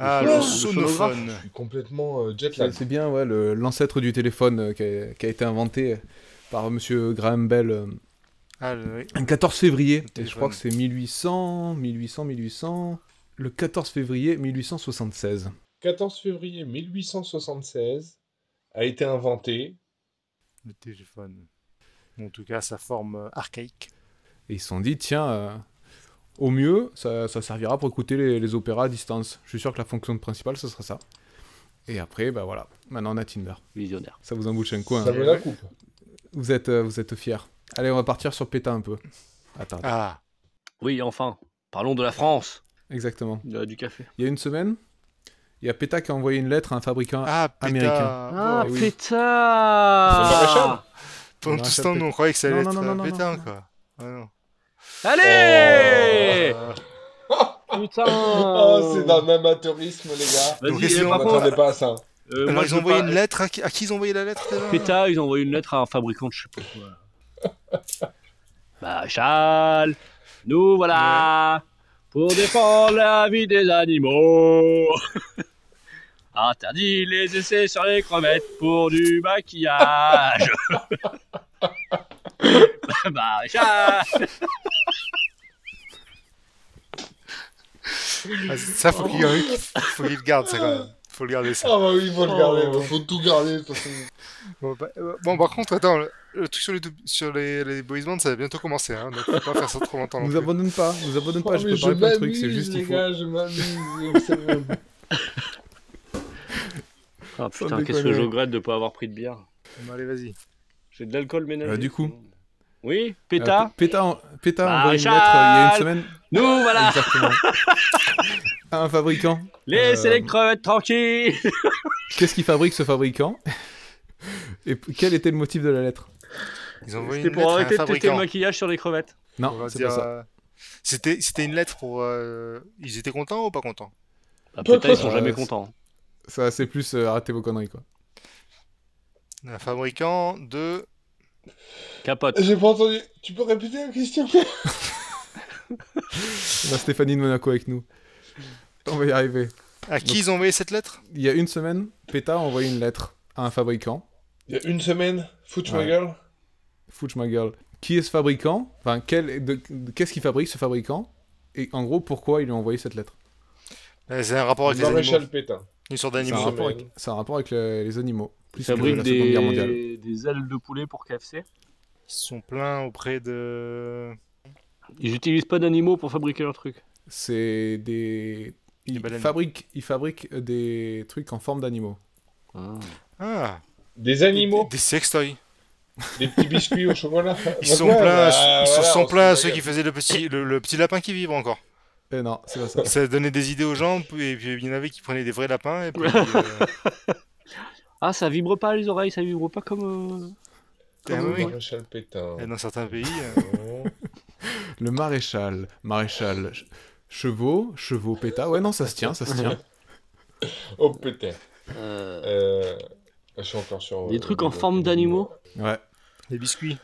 [SPEAKER 1] Ah,
[SPEAKER 4] Le
[SPEAKER 1] le
[SPEAKER 4] phonographe.
[SPEAKER 1] sonophone.
[SPEAKER 5] Je suis complètement euh, jet
[SPEAKER 3] C'est
[SPEAKER 5] lag.
[SPEAKER 3] c'est bien, ouais, le- l'ancêtre du téléphone euh, qui, a, qui a été inventé par Monsieur Graham Bell euh,
[SPEAKER 1] Ah, le- oui.
[SPEAKER 3] le 14 février. Et je
[SPEAKER 1] téléphone.
[SPEAKER 3] crois que c'est 1800, 1800, 1800. Le 14 février 1876.
[SPEAKER 5] 14 février 1876 a été inventé.
[SPEAKER 1] le téléphone. En tout cas, sa forme euh, archaïque.
[SPEAKER 3] Et ils se sont dit, tiens, euh, au mieux, ça, ça servira pour écouter les, les opéras à distance. Je suis sûr que la fonction principale, ce sera ça. Et après, bah voilà, maintenant on a Tinder.
[SPEAKER 4] Visionnaire.
[SPEAKER 3] Ça vous embouche un coin.
[SPEAKER 5] Ça me la coupe.
[SPEAKER 3] Vous êtes, euh, vous êtes fiers. Allez, on va partir sur Pétain un peu. Attends,
[SPEAKER 1] Ah,
[SPEAKER 4] Oui, enfin, parlons de la France.
[SPEAKER 3] exactement.
[SPEAKER 4] Euh, du café.
[SPEAKER 3] Il y a une semaine, il y a Pétain qui a envoyé une lettre à un fabricant.
[SPEAKER 1] ah pétard.
[SPEAKER 3] américain.
[SPEAKER 1] Ah,
[SPEAKER 3] oui.
[SPEAKER 4] pétard
[SPEAKER 5] C'est
[SPEAKER 1] Pendant
[SPEAKER 3] On
[SPEAKER 1] tout
[SPEAKER 3] arrache
[SPEAKER 1] ce
[SPEAKER 3] la
[SPEAKER 1] temps,
[SPEAKER 3] pét-
[SPEAKER 1] nous, on croyait que ça allait
[SPEAKER 3] Non,
[SPEAKER 1] être
[SPEAKER 3] non, non,
[SPEAKER 1] euh,
[SPEAKER 3] non, non,
[SPEAKER 1] pétain,
[SPEAKER 3] non.
[SPEAKER 1] quoi. Ah non.
[SPEAKER 4] Allez Putain
[SPEAKER 5] Oh, c'est d'un amateurisme, les gars.
[SPEAKER 1] Donc,
[SPEAKER 4] Vas-y,
[SPEAKER 1] qu'est-ce
[SPEAKER 4] eh,
[SPEAKER 1] qu'on
[SPEAKER 5] On
[SPEAKER 4] par contre,
[SPEAKER 5] m'attendait pas à ça.
[SPEAKER 4] euh, moi,
[SPEAKER 1] Alors,
[SPEAKER 4] je
[SPEAKER 1] ils
[SPEAKER 4] veux
[SPEAKER 1] ont envoyé
[SPEAKER 4] pas-
[SPEAKER 1] une lettre. À qui, à qui ils ont envoyé la lettre déjà
[SPEAKER 4] PETA, ils ont envoyé une lettre à un fabricant de je sais pas quoi. Machal, Bah, nous voilà pour défendre la vie des animaux. Interdit les essais sur les crevettes pour du maquillage. Bah, Maréchal
[SPEAKER 1] Ah, Ça, faut qu'il faut qu'il le garde, ça, quand même. Faut le garder, ça.
[SPEAKER 5] Ah, bah oui, il faut le
[SPEAKER 4] Oh.
[SPEAKER 5] garder. Il faut tout garder. de toute façon.
[SPEAKER 1] Bon, bah, euh, bon, par contre, attends, le, le truc sur les, dou- sur les, les boys bands, ça va bientôt commencer, hein, donc faut pas faire ça trop longtemps. non
[SPEAKER 3] Vous
[SPEAKER 1] plus.
[SPEAKER 3] abandonne pas, vous abandonne pas,
[SPEAKER 5] Oh,
[SPEAKER 3] je
[SPEAKER 5] mais
[SPEAKER 3] peux parler plein de trucs,
[SPEAKER 5] m'amuse,
[SPEAKER 3] c'est juste
[SPEAKER 5] les
[SPEAKER 3] qu'il faut.
[SPEAKER 4] Euh,
[SPEAKER 5] gars, je m'amuse. c'est bon.
[SPEAKER 4] Ah
[SPEAKER 3] Sans
[SPEAKER 4] putain, qu'est-ce que
[SPEAKER 3] déconner.
[SPEAKER 4] je regrette de ne pas avoir pris de bière.
[SPEAKER 1] Bon, allez, vas-y.
[SPEAKER 4] J'ai de l'alcool ménager.
[SPEAKER 3] Euh, du coup.
[SPEAKER 4] Oui,
[SPEAKER 3] Euh,
[SPEAKER 4] PETA,
[SPEAKER 3] Péta, en- Péta a
[SPEAKER 4] Bah,
[SPEAKER 3] envoyé une
[SPEAKER 4] Charles
[SPEAKER 3] lettre euh, il y a une semaine.
[SPEAKER 4] nous voilà
[SPEAKER 3] Exactement. À un fabricant.
[SPEAKER 4] Laissez
[SPEAKER 3] Euh,
[SPEAKER 4] les crevettes tranquilles
[SPEAKER 3] Qu'est-ce qu'il fabrique ce fabricant Et p- quel était le motif de la lettre
[SPEAKER 1] Ils ont envoyé
[SPEAKER 4] C'était
[SPEAKER 1] une lettre à
[SPEAKER 4] pour
[SPEAKER 1] un
[SPEAKER 4] arrêter de tester le
[SPEAKER 1] fabricant.
[SPEAKER 4] maquillage sur les crevettes.
[SPEAKER 1] On va
[SPEAKER 3] Non, c'est
[SPEAKER 1] dire,
[SPEAKER 3] pas ça.
[SPEAKER 1] euh, C'était c'était une lettre pour. euh, Ils étaient contents ou pas contents
[SPEAKER 4] Ah, PETA, ils sont
[SPEAKER 3] Euh,
[SPEAKER 4] jamais
[SPEAKER 3] c'est-
[SPEAKER 4] contents. hein.
[SPEAKER 3] Ça, c'est plus euh, arrêtez vos conneries quoi.
[SPEAKER 1] Un fabricant de.
[SPEAKER 4] Capote.
[SPEAKER 5] J'ai pas entendu. Tu peux répéter la question
[SPEAKER 3] On a Stéphanie de Monaco avec nous. On va y arriver.
[SPEAKER 1] À qui ils ont envoyé cette lettre
[SPEAKER 3] Il y a une semaine, Péta a envoyé une lettre à un fabricant.
[SPEAKER 5] Il y a une semaine, foutu
[SPEAKER 3] Ouais.
[SPEAKER 5] ma gueule.
[SPEAKER 3] Fouch my girl. Qui est ce fabricant Enfin, quel- de- de- qu'est-ce qu'il fabrique ce fabricant Et en gros, pourquoi il lui a envoyé cette lettre
[SPEAKER 1] Euh, C'est un rapport avec les animaux.
[SPEAKER 5] Maréchal Pétain.
[SPEAKER 1] Une sorte
[SPEAKER 3] C'est un,
[SPEAKER 1] d'animaux.
[SPEAKER 3] rapport avec, c'est un rapport avec le- les animaux. Plus
[SPEAKER 4] Ils
[SPEAKER 3] que
[SPEAKER 4] fabriquent
[SPEAKER 3] la Seconde Guerre mondiale.
[SPEAKER 4] des... des ailes de poulet pour KFC.
[SPEAKER 1] Ils se sont plaints auprès de.
[SPEAKER 4] Ils n'utilisent pas d'animaux pour fabriquer leurs trucs.
[SPEAKER 3] C'est des. Ils
[SPEAKER 1] baleines.
[SPEAKER 3] fabriquent, ils fabriquent des trucs en forme d'animaux.
[SPEAKER 1] Ah
[SPEAKER 5] Des animaux,
[SPEAKER 1] Des sextoys.
[SPEAKER 5] des petits biscuits au chocolat.
[SPEAKER 1] Ils sont
[SPEAKER 5] Ouais,
[SPEAKER 1] pleins, à-
[SPEAKER 5] bah,
[SPEAKER 1] ils se
[SPEAKER 5] voilà,
[SPEAKER 1] sont
[SPEAKER 5] on
[SPEAKER 1] plaints à
[SPEAKER 5] se
[SPEAKER 1] ceux
[SPEAKER 5] la
[SPEAKER 1] qui
[SPEAKER 5] gueule.
[SPEAKER 1] faisaient le petit, le, le petit lapin qui vibre encore.
[SPEAKER 3] Eh non, c'est pas ça.
[SPEAKER 1] Ça donnait des idées aux gens, et puis il y en avait qui prenaient des vrais lapins, et puis. euh,
[SPEAKER 4] Ah, ça vibre pas les oreilles, ça vibre pas comme. euh,
[SPEAKER 1] Ah
[SPEAKER 5] Comme
[SPEAKER 1] oui.
[SPEAKER 5] Maréchal Pétain.
[SPEAKER 1] dans certains pays. euh,
[SPEAKER 5] Non.
[SPEAKER 3] Le maréchal. Maréchal. ch- Chevaux, chevaux, péta. Ouais, non, ça se tient, ça se tient.
[SPEAKER 5] Oh putain. Euh, Je suis encore sur. euh,
[SPEAKER 4] Des trucs en forme d'animaux
[SPEAKER 3] Ouais.
[SPEAKER 1] Des biscuits.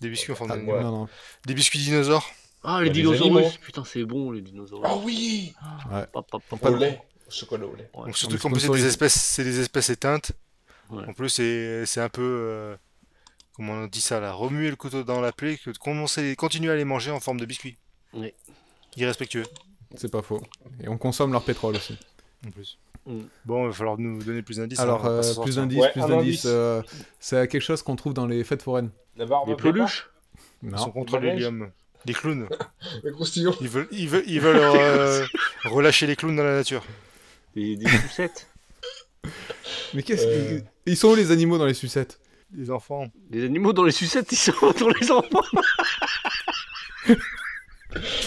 [SPEAKER 1] Des biscuits en forme
[SPEAKER 3] Ah,
[SPEAKER 1] d'animaux.
[SPEAKER 5] ouais.
[SPEAKER 3] Non, non.
[SPEAKER 1] Des biscuits dinosaures.
[SPEAKER 4] Ah,
[SPEAKER 5] les
[SPEAKER 4] les
[SPEAKER 5] Bah, les dinosaures.
[SPEAKER 4] dinosaures
[SPEAKER 5] animaux.
[SPEAKER 4] Putain, c'est bon les dinosaures.
[SPEAKER 5] Ah oui
[SPEAKER 4] Hop, hop, hop,
[SPEAKER 5] Au
[SPEAKER 4] hop.
[SPEAKER 5] lait. Au chocolat au lait.
[SPEAKER 4] Ouais.
[SPEAKER 1] Donc
[SPEAKER 3] on
[SPEAKER 1] surtout
[SPEAKER 3] est
[SPEAKER 1] qu'en plus c'est des
[SPEAKER 3] sponsorisé.
[SPEAKER 1] espèces, c'est des espèces éteintes.
[SPEAKER 4] Ouais.
[SPEAKER 1] En plus c'est c'est un peu euh, comment on dit ça là, remuer le couteau dans la plaie que de commencer, continuer à les manger en forme de biscuits.
[SPEAKER 4] Ouais.
[SPEAKER 1] Irrespectueux.
[SPEAKER 3] C'est pas faux. Et on consomme leur pétrole aussi.
[SPEAKER 1] En plus.
[SPEAKER 4] Mm.
[SPEAKER 1] Bon, il va falloir nous donner plus d'indices. hein, on
[SPEAKER 3] Alors,
[SPEAKER 1] va pas
[SPEAKER 3] euh,
[SPEAKER 1] se sortir.
[SPEAKER 3] plus d'indices,
[SPEAKER 5] Ouais,
[SPEAKER 3] plus
[SPEAKER 5] un indice.
[SPEAKER 3] d'indices. euh, c'est quelque chose qu'on trouve dans les fêtes foraines.
[SPEAKER 5] La barbe
[SPEAKER 4] Des
[SPEAKER 5] à Pétain.
[SPEAKER 4] peluches
[SPEAKER 1] Ils sont
[SPEAKER 3] Non.
[SPEAKER 1] contre
[SPEAKER 5] Manège.
[SPEAKER 1] l'hélium. Les clowns.
[SPEAKER 5] Les croustillons.
[SPEAKER 1] Ils veulent, ils veulent, ils veulent euh, relâcher les clowns dans la nature.
[SPEAKER 4] Des, des sucettes
[SPEAKER 3] Mais qu'est-ce
[SPEAKER 5] Euh.
[SPEAKER 3] qu'ils- Ils sont où les animaux dans les sucettes
[SPEAKER 1] Les enfants.
[SPEAKER 4] Des animaux dans les sucettes, ils sont dans les enfants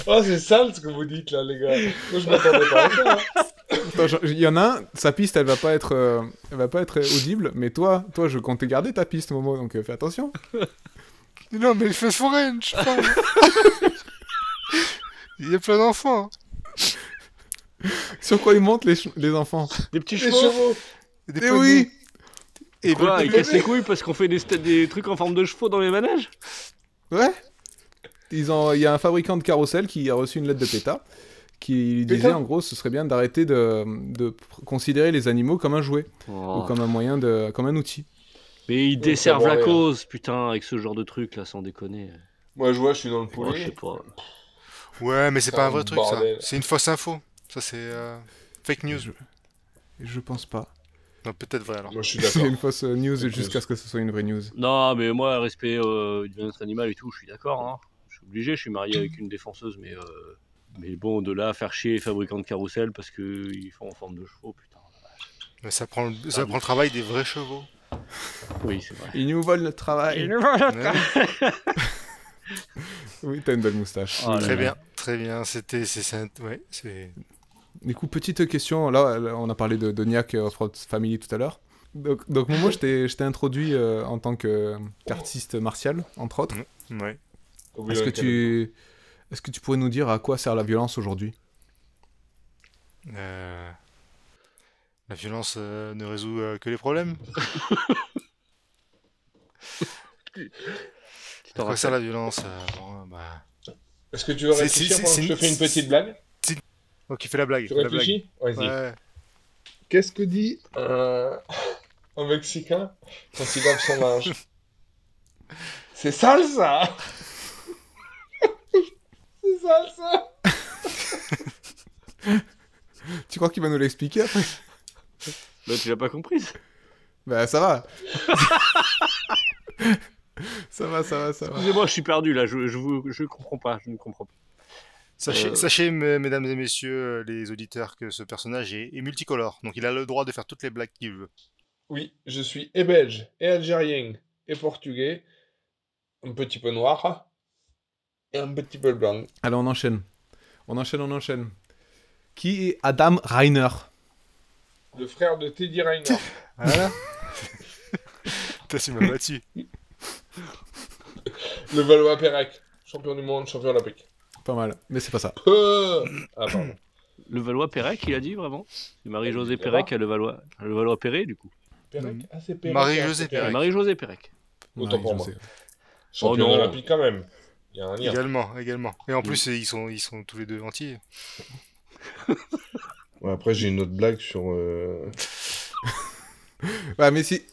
[SPEAKER 5] Oh, c'est sale ce que vous dites là, les gars. Moi, je m'attendais pas à ça. hein.
[SPEAKER 3] Attends, je- Il y en a un, sa piste, elle va pas être, euh, elle va pas être audible, mais toi, toi, je comptais garder ta piste, Momo, donc euh, fais attention.
[SPEAKER 1] Non, mais les fêtes foraines, je parle. Il y a plein d'enfants.
[SPEAKER 3] Sur quoi ils montent les, ch- les enfants
[SPEAKER 4] Des petits
[SPEAKER 5] Les
[SPEAKER 4] chevaux
[SPEAKER 5] chevaux.
[SPEAKER 1] Des
[SPEAKER 3] Eh
[SPEAKER 1] poneys.
[SPEAKER 3] oui
[SPEAKER 1] Et ben,
[SPEAKER 4] Quoi,
[SPEAKER 1] des
[SPEAKER 4] ils
[SPEAKER 1] bébés.
[SPEAKER 4] cassent les couilles parce qu'on fait des, sta- des trucs en forme de chevaux dans les manèges
[SPEAKER 3] Ouais Ils ont, Il y a un fabricant de carrousel qui a reçu une lettre de PETA qui lui disait
[SPEAKER 5] PETA
[SPEAKER 3] en gros ce serait bien d'arrêter de, de pr- considérer les animaux comme un jouet
[SPEAKER 1] Oh.
[SPEAKER 3] ou comme un moyen de comme un outil.
[SPEAKER 4] Mais ils
[SPEAKER 5] Ouais,
[SPEAKER 4] desservent
[SPEAKER 5] ça
[SPEAKER 4] la
[SPEAKER 5] va, ouais.
[SPEAKER 4] cause, putain, avec ce genre de truc là, sans déconner.
[SPEAKER 5] Moi, je vois, je suis dans le
[SPEAKER 4] Oh, je
[SPEAKER 5] poulet.
[SPEAKER 4] sais pas.
[SPEAKER 1] Ouais, mais c'est
[SPEAKER 5] Putain,
[SPEAKER 1] pas un vrai truc, ça.
[SPEAKER 5] bordel.
[SPEAKER 1] C'est une fausse info. Ça, c'est euh, fake news.
[SPEAKER 3] Je, je pense pas.
[SPEAKER 1] Non, peut-être vrai alors.
[SPEAKER 5] Moi, je suis
[SPEAKER 3] C'est
[SPEAKER 5] d'accord.
[SPEAKER 3] une fausse euh, news
[SPEAKER 5] Fake
[SPEAKER 3] jusqu'à
[SPEAKER 5] news.
[SPEAKER 3] ce que ce soit une vraie news.
[SPEAKER 4] Non, mais moi, respect euh, du bien-être animal et tout, je suis d'accord. Hein. Je suis obligé, je suis marié avec une défenseuse, mais, euh, mais bon, de là à faire chier les fabricants de carrousel parce qu'ils font en forme de chevaux, putain.
[SPEAKER 1] Mais ça prend, le- ça prend le travail des vrais chevaux.
[SPEAKER 4] Oui, c'est vrai.
[SPEAKER 3] Ils nous volent notre travail.
[SPEAKER 4] Ah,
[SPEAKER 1] Ouais.
[SPEAKER 3] Oui, t'as une belle moustache.
[SPEAKER 4] Oh là
[SPEAKER 1] Très
[SPEAKER 4] là.
[SPEAKER 1] bien, très bien. C'était, c'est, c'est un- ouais, c'est.
[SPEAKER 3] Du coup, petite question. Là, on a parlé de, de Niak Off-Road euh, Family tout à l'heure. Donc, donc Momo, je t'ai je t'ai introduit euh, en tant que, euh, qu'artiste martial, entre autres.
[SPEAKER 1] Ouais.
[SPEAKER 5] Oui,
[SPEAKER 3] Est-ce que,
[SPEAKER 5] ouais,
[SPEAKER 3] tu... Est que tu pourrais nous dire à quoi sert la violence aujourd'hui
[SPEAKER 1] Euh, La violence euh, ne résout euh, que les problèmes.
[SPEAKER 4] Tu
[SPEAKER 1] À
[SPEAKER 4] t'en
[SPEAKER 1] quoi sert
[SPEAKER 4] rappelles
[SPEAKER 1] la violence euh, bon, bah...
[SPEAKER 5] Est-ce que tu veux
[SPEAKER 1] C'est-
[SPEAKER 5] réfléchir
[SPEAKER 1] c'est-
[SPEAKER 5] pendant
[SPEAKER 1] c'est-
[SPEAKER 5] que je te fais une
[SPEAKER 1] c'est-
[SPEAKER 5] petite blague
[SPEAKER 1] Ok, fais la blague.
[SPEAKER 5] Tu
[SPEAKER 1] Fais la blague.
[SPEAKER 5] réfléchis Vas-y.
[SPEAKER 1] Ouais.
[SPEAKER 5] Qu'est-ce que dit un, Euh, un Mexicain quand il lave son linge C'est sale ça C'est sale ça
[SPEAKER 3] Tu crois qu'il va nous l'expliquer après
[SPEAKER 4] Bah, tu l'as pas comprise.
[SPEAKER 3] Bah ça va Ça va, ça va, ça va.
[SPEAKER 4] Excusez-moi, je suis perdu là, je, je, vous- je comprends pas, je ne comprends pas.
[SPEAKER 1] Sachez,
[SPEAKER 4] Euh.
[SPEAKER 1] sachez, me- mesdames et messieurs, euh, les auditeurs, que ce personnage est, est multicolore, donc il a le droit de faire toutes les blagues qu'il veut.
[SPEAKER 5] Oui, je suis et belge, et algérien, et portugais, un petit peu noir, et un petit peu blanc.
[SPEAKER 3] Allez, on enchaîne. On enchaîne, on enchaîne. Qui est Adam Reiner
[SPEAKER 5] Le frère de Teddy Reiner.
[SPEAKER 1] Voilà. Putain, tu m'as battu.
[SPEAKER 5] Le Valois-Pérec, champion du monde, champion olympique.
[SPEAKER 3] Pas mal, mais c'est pas ça.
[SPEAKER 5] Euh ah pardon.
[SPEAKER 4] Le Valois Pérec, il a dit vraiment C'est
[SPEAKER 5] Il
[SPEAKER 4] Marie-Josée
[SPEAKER 5] est
[SPEAKER 4] Pérec à le Valois. Le Valois Pérec, du coup.
[SPEAKER 5] Pérec Ah c'est Pérec.
[SPEAKER 1] Marie-Josée
[SPEAKER 5] ah, c'est Pérec.
[SPEAKER 1] Pérec.
[SPEAKER 4] Marie-Josée Pérec.
[SPEAKER 5] Autant pour
[SPEAKER 3] je
[SPEAKER 5] moi.
[SPEAKER 3] sais.
[SPEAKER 5] Champion
[SPEAKER 4] Oh non.
[SPEAKER 5] olympique quand même. Il y a un lien.
[SPEAKER 1] Également, également. Et
[SPEAKER 5] Mm.
[SPEAKER 1] en plus, ils sont, ils sont tous les deux entiers.
[SPEAKER 5] Ouais, après, j'ai une autre blague sur. euh,
[SPEAKER 3] Ouais, mais si...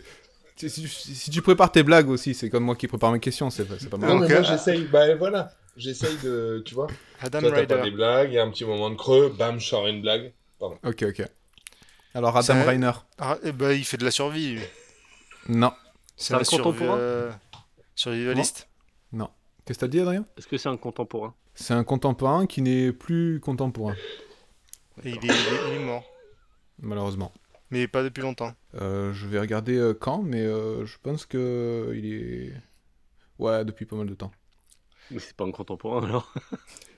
[SPEAKER 3] Si, si- si tu prépares tes blagues aussi, c'est comme moi qui prépare mes questions, c'est pas, c'est pas mal.
[SPEAKER 5] Non, mais
[SPEAKER 1] Donc,
[SPEAKER 5] moi,
[SPEAKER 1] euh,
[SPEAKER 5] j'essaye. Bah voilà. J'essaye de. Tu vois
[SPEAKER 1] Adam
[SPEAKER 5] Toi, t'as pas des
[SPEAKER 1] Ryder.
[SPEAKER 5] blagues, il y a un petit moment de creux, bam, je sors une blague.
[SPEAKER 3] Ok, ok. Alors Adam
[SPEAKER 1] C'est-
[SPEAKER 3] Reiner
[SPEAKER 1] Ah, eh ben, il fait de la survie. lui. euh,
[SPEAKER 3] Non.
[SPEAKER 1] C'est un
[SPEAKER 4] un contemporain
[SPEAKER 1] survivaliste.
[SPEAKER 3] Qu'est-ce que t'as dit, Adrien
[SPEAKER 4] Est-ce que c'est un contemporain
[SPEAKER 3] C'est un contemporain qui n'est plus contemporain,
[SPEAKER 1] Et il est, il est- il est mort.
[SPEAKER 3] malheureusement.
[SPEAKER 1] Mais pas depuis longtemps.
[SPEAKER 3] Euh, je vais regarder euh, quand, mais euh, je pense que il est. Ouais, depuis pas mal de temps.
[SPEAKER 4] Mais c'est pas un contemporain alors.